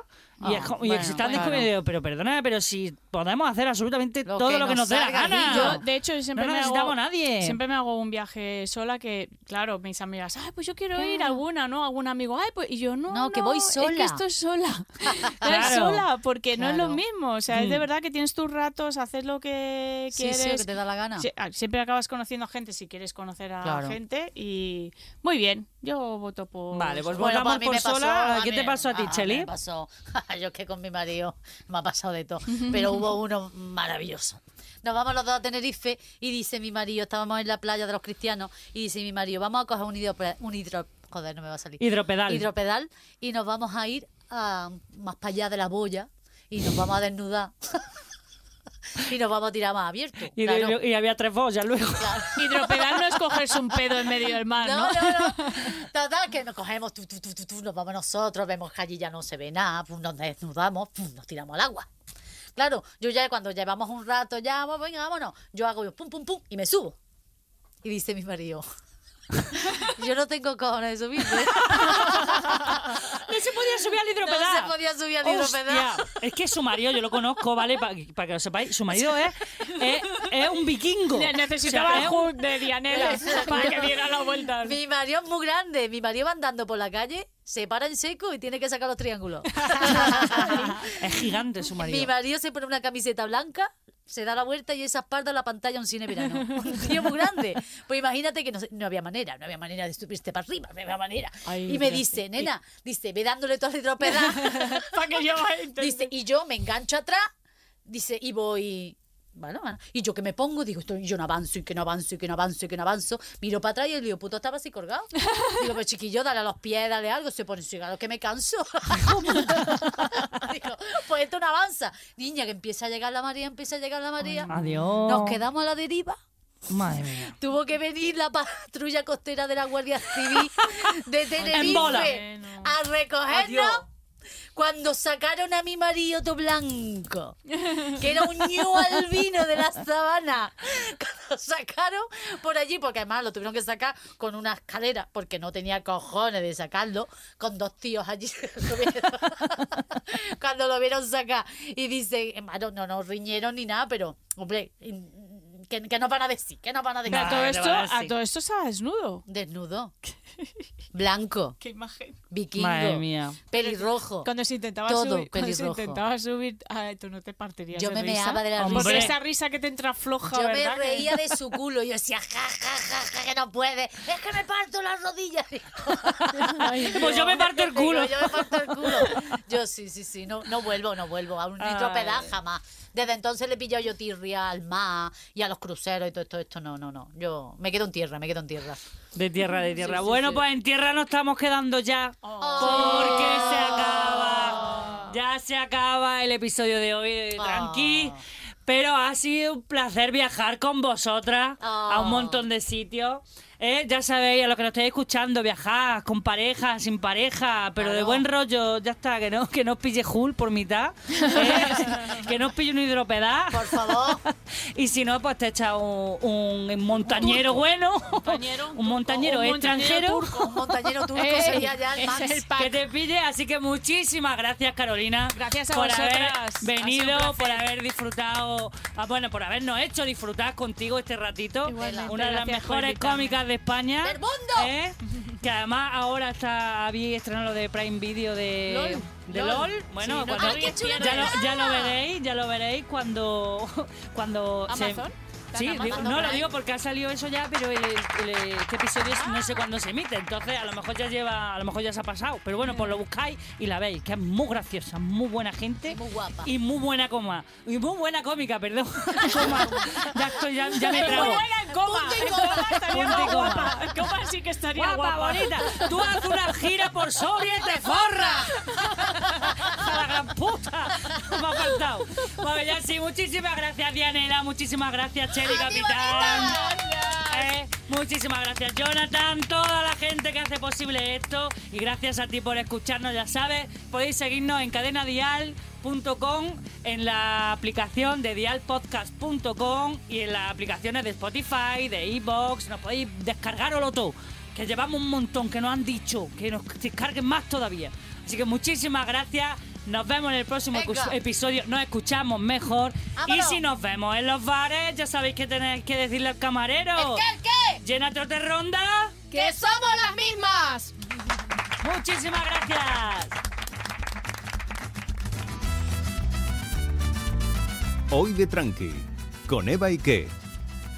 [SPEAKER 2] Y, es como- y
[SPEAKER 4] bueno,
[SPEAKER 2] se están
[SPEAKER 4] bueno.
[SPEAKER 2] descubriendo, pero perdona, pero si podemos hacer absolutamente
[SPEAKER 4] Lo
[SPEAKER 2] todo
[SPEAKER 4] que
[SPEAKER 2] lo que
[SPEAKER 4] nos
[SPEAKER 2] nos dé la
[SPEAKER 4] salga,
[SPEAKER 2] gana.
[SPEAKER 4] Guillo.
[SPEAKER 5] Yo, de hecho, siempre
[SPEAKER 2] no
[SPEAKER 5] me
[SPEAKER 2] necesitamos
[SPEAKER 5] hago,
[SPEAKER 2] a nadie.
[SPEAKER 5] Siempre me hago un viaje sola que, claro, mis amigas, ay, pues yo quiero ir
[SPEAKER 8] Claro.
[SPEAKER 5] alguna, ¿no? Algún amigo, ay, pues y yo no.
[SPEAKER 4] No, que voy
[SPEAKER 5] Es
[SPEAKER 4] sola".
[SPEAKER 5] que estoy sola.
[SPEAKER 2] Claro.
[SPEAKER 5] Estoy sola, porque no es
[SPEAKER 4] Claro.
[SPEAKER 5] lo mismo. O sea, es de
[SPEAKER 2] Mm.
[SPEAKER 5] verdad que tienes tus ratos, haces lo que
[SPEAKER 4] Sí,
[SPEAKER 5] quieres.
[SPEAKER 4] sí, lo que te da la gana.
[SPEAKER 5] Sie- ah, Siempre acabas conociendo a gente si quieres conocer a
[SPEAKER 4] Claro.
[SPEAKER 5] gente y muy bien, yo voto por...
[SPEAKER 2] Vale, pues
[SPEAKER 4] Bueno, pues a
[SPEAKER 2] votamos
[SPEAKER 4] mí
[SPEAKER 2] por
[SPEAKER 4] me pasó,
[SPEAKER 2] sola. ¿Qué
[SPEAKER 4] mí-
[SPEAKER 2] te pasó a ti,
[SPEAKER 4] mí
[SPEAKER 2] Cheli?
[SPEAKER 4] Me pasó. Yo es que con mi marido me ha pasado de todo. Pero hubo uno maravilloso. Nos vamos los dos a Tenerife y dice mi marido, estábamos en la playa de los cristianos, y dice mi marido, vamos a coger un hidro... Un hidro joder, no me va a salir.
[SPEAKER 2] Hidropedal.
[SPEAKER 4] Hidropedal y nos vamos a ir a, más para allá de la boya y nos vamos a desnudar. y nos vamos a tirar más abierto.
[SPEAKER 2] Y,
[SPEAKER 4] claro.
[SPEAKER 2] y- y había tres bollas luego.
[SPEAKER 5] Hidropedal no es cogerse un pedo en medio del mar, Ah, ¿no?
[SPEAKER 4] No, no, no. Total, que nos cogemos, tú, tú, tú, tú, tú, nos vamos nosotros, vemos que allí ya no se ve nada, pum, nos desnudamos, pum, nos tiramos al agua. Claro, yo ya cuando llevamos un rato, ya, vamos, venga, vámonos, yo hago yo pum, pum, pum, y me subo. Y dice mi marido, yo no tengo cojones de subirme.
[SPEAKER 2] No se podía subir al
[SPEAKER 4] No
[SPEAKER 2] hidropedal.
[SPEAKER 4] se podía subir al hidropedal.
[SPEAKER 2] Hostia, es que su marido, yo lo conozco, ¿vale? Para que lo sepáis, su marido es, es, es un vikingo.
[SPEAKER 5] Ne- Necesitaba
[SPEAKER 2] O sea, es
[SPEAKER 5] el
[SPEAKER 2] un-
[SPEAKER 5] hood de Dianela para que diera la vuelta.
[SPEAKER 4] Mi marido es muy grande, mi marido va andando por la calle, se para en seco y tiene que sacar los triángulos.
[SPEAKER 2] es gigante su
[SPEAKER 4] Mi
[SPEAKER 2] marido.
[SPEAKER 4] marido se pone una camiseta blanca, se da la vuelta y esa espalda a la pantalla un cine verano. Un tío muy grande. Pues imagínate que no, se- no había manera, no había manera de subirte para arriba, no había manera.
[SPEAKER 2] Ay,
[SPEAKER 4] y me
[SPEAKER 2] gracias.
[SPEAKER 4] dice, nena, dice, ve dándole todo el hidropedal.
[SPEAKER 5] Para que yo...
[SPEAKER 4] dice, y yo me engancho atrás, dice, y voy. Bueno, bueno. y yo que me pongo, digo, esto- y yo no avanzo, y que no avanzo, y que no avanzo, y que no avanzo. Miro para atrás y le digo, puto, estaba así colgado. Digo, pero chiquillo, dale a los pies, dale algo. Se pone, sí, claro, que me canso. digo, pues esto no avanza. Niña, que empieza a llegar la María, empieza a llegar la María.
[SPEAKER 2] Ah, Adiós.
[SPEAKER 4] Nos quedamos a la deriva.
[SPEAKER 2] Madre mía.
[SPEAKER 4] Tuvo que venir la patrulla costera de la Guardia Civil de Tenerife
[SPEAKER 2] En bola.
[SPEAKER 4] a recogernos. Cuando sacaron a mi marido todo blanco, que era un ñu albino de la sabana, lo sacaron por allí, porque además lo tuvieron que sacar con una escalera, porque no tenía cojones de sacarlo, con dos tíos allí. lo vieron. Cuando lo vieron sacar. Y dice, hermano, no nos riñeron ni nada, pero, hombre, ¿qué, qué nos van a decir? ¿Qué nos van a decir?
[SPEAKER 5] a, todo
[SPEAKER 2] Vale,
[SPEAKER 5] esto,
[SPEAKER 2] vale, sí.
[SPEAKER 5] a todo esto está desnudo.
[SPEAKER 4] Desnudo. Blanco.
[SPEAKER 5] Qué imagen.
[SPEAKER 4] Vikingo.
[SPEAKER 2] Madre mía.
[SPEAKER 4] Pelirrojo.
[SPEAKER 5] Cuando se intentaba
[SPEAKER 4] Todo
[SPEAKER 5] subir, cuando se
[SPEAKER 4] pelirrojo.
[SPEAKER 5] intentaba subir, ay, tú no te partirías
[SPEAKER 4] Yo
[SPEAKER 5] de
[SPEAKER 4] me
[SPEAKER 5] risa.
[SPEAKER 4] meaba de la
[SPEAKER 2] Hombre.
[SPEAKER 5] Porque
[SPEAKER 4] risa.
[SPEAKER 5] esa risa que te entra floja,
[SPEAKER 4] Yo me
[SPEAKER 5] ¿verdad? Que-
[SPEAKER 4] reía de su culo. Yo decía, ja, ja, ja, ja, que no puede. Es que me parto las rodillas.
[SPEAKER 2] Pues yo me parto el
[SPEAKER 4] Digo,
[SPEAKER 2] culo.
[SPEAKER 4] yo me parto el culo. Yo sí, sí, sí. No, no vuelvo, no vuelvo. A un hidropedal jamás. Desde entonces le he pillado yo tirria al mar y a los cruceros y todo esto. esto no, no, no. Yo me quedo en tierra, me quedo en tierra.
[SPEAKER 2] De tierra, de tierra. bueno, pues en tierra nos estamos quedando ya. Porque se acaba. Ya se acaba el episodio de hoy de Tranqui. Pero ha sido un placer viajar con vosotras a un montón de sitios. Eh, Ya sabéis, a los que nos estáis escuchando, viajar con pareja, sin pareja, pero de buen rollo, ya está, que no, que no os pille Hull por mitad, eh, que no os pille un hidropedal.
[SPEAKER 4] Por favor.
[SPEAKER 2] Y si no, pues te echa un, un montañero bueno,
[SPEAKER 5] montañero, un
[SPEAKER 2] un montañero
[SPEAKER 5] turco, un montañero
[SPEAKER 2] extranjero
[SPEAKER 4] Un montañero turco
[SPEAKER 8] Ey,
[SPEAKER 4] sería ya el
[SPEAKER 8] ese
[SPEAKER 4] max.
[SPEAKER 8] es el pack.
[SPEAKER 2] que te pille. Así que muchísimas gracias, Carolina.
[SPEAKER 5] Gracias a
[SPEAKER 2] por haber
[SPEAKER 5] vosotras. Ha sido
[SPEAKER 2] venido,
[SPEAKER 5] un
[SPEAKER 2] por
[SPEAKER 5] placer.
[SPEAKER 2] haber disfrutado, ah, bueno, por habernos hecho disfrutar contigo este ratito.
[SPEAKER 5] Igualmente,
[SPEAKER 2] Una de las
[SPEAKER 5] gracias por
[SPEAKER 2] mejores
[SPEAKER 5] invitarme.
[SPEAKER 2] cómicas de España.
[SPEAKER 4] ¡Del mundo!
[SPEAKER 2] ¿eh? Que además ahora está había estrenado lo de Prime Video de
[SPEAKER 5] LOL.
[SPEAKER 2] de
[SPEAKER 5] LOL.
[SPEAKER 2] LOL.
[SPEAKER 5] Sí,
[SPEAKER 2] Bueno,
[SPEAKER 5] no
[SPEAKER 2] cuando-
[SPEAKER 5] te ríes,
[SPEAKER 2] ya, lo, ya lo veréis, ya lo veréis cuando cuando se-
[SPEAKER 5] Amazon.
[SPEAKER 2] Sí,
[SPEAKER 5] Amazon
[SPEAKER 2] digo- no lo
[SPEAKER 5] Prime.
[SPEAKER 2] digo porque ha salido eso ya, pero el- el- este episodio es- no sé cuándo se emite, entonces a lo mejor ya lleva, a lo mejor ya se ha pasado, pero bueno, pues lo buscáis y la veis, que es muy graciosa, muy buena gente
[SPEAKER 4] Mm. Y muy guapa.
[SPEAKER 2] y muy buena coma y muy buena cómica, perdón. Coma. ya estoy, ya, ya me trago.
[SPEAKER 5] Buena en coma. En coma estaría
[SPEAKER 2] Punto y coma.
[SPEAKER 5] guapa. En coma sí que estaría
[SPEAKER 2] Guapa,
[SPEAKER 5] guapa.
[SPEAKER 2] bonita. Tú haces una gira por Soria y te forras. ¡A la gran puta! Me ha faltado. Bueno, ya sí, muchísimas gracias, Dianela. Muchísimas gracias, Cheli Capitán. Eh, muchísimas gracias, Jonathan. Toda la gente que hace posible esto. Y gracias a ti por escucharnos, ya sabes. Podéis seguirnos en cadenadial.com, en la aplicación de dialpodcast.com y en las aplicaciones de Spotify, de Evox. Nos podéis descargarlo todo. Que llevamos un montón, que nos han dicho, que nos descarguen más todavía. Así que muchísimas gracias. Nos vemos en el próximo
[SPEAKER 4] Venga.
[SPEAKER 2] ecu- episodio. Nos escuchamos mejor.
[SPEAKER 4] Vámonos.
[SPEAKER 2] Y si nos vemos en los bares, ya sabéis que tenéis que decirle al camarero.
[SPEAKER 4] ¿El qué?
[SPEAKER 2] Llénate otra ronda.
[SPEAKER 3] ¡Que somos las mismas!
[SPEAKER 2] Muchísimas gracias.
[SPEAKER 1] Hoy de Tranqui, con Eva Ike.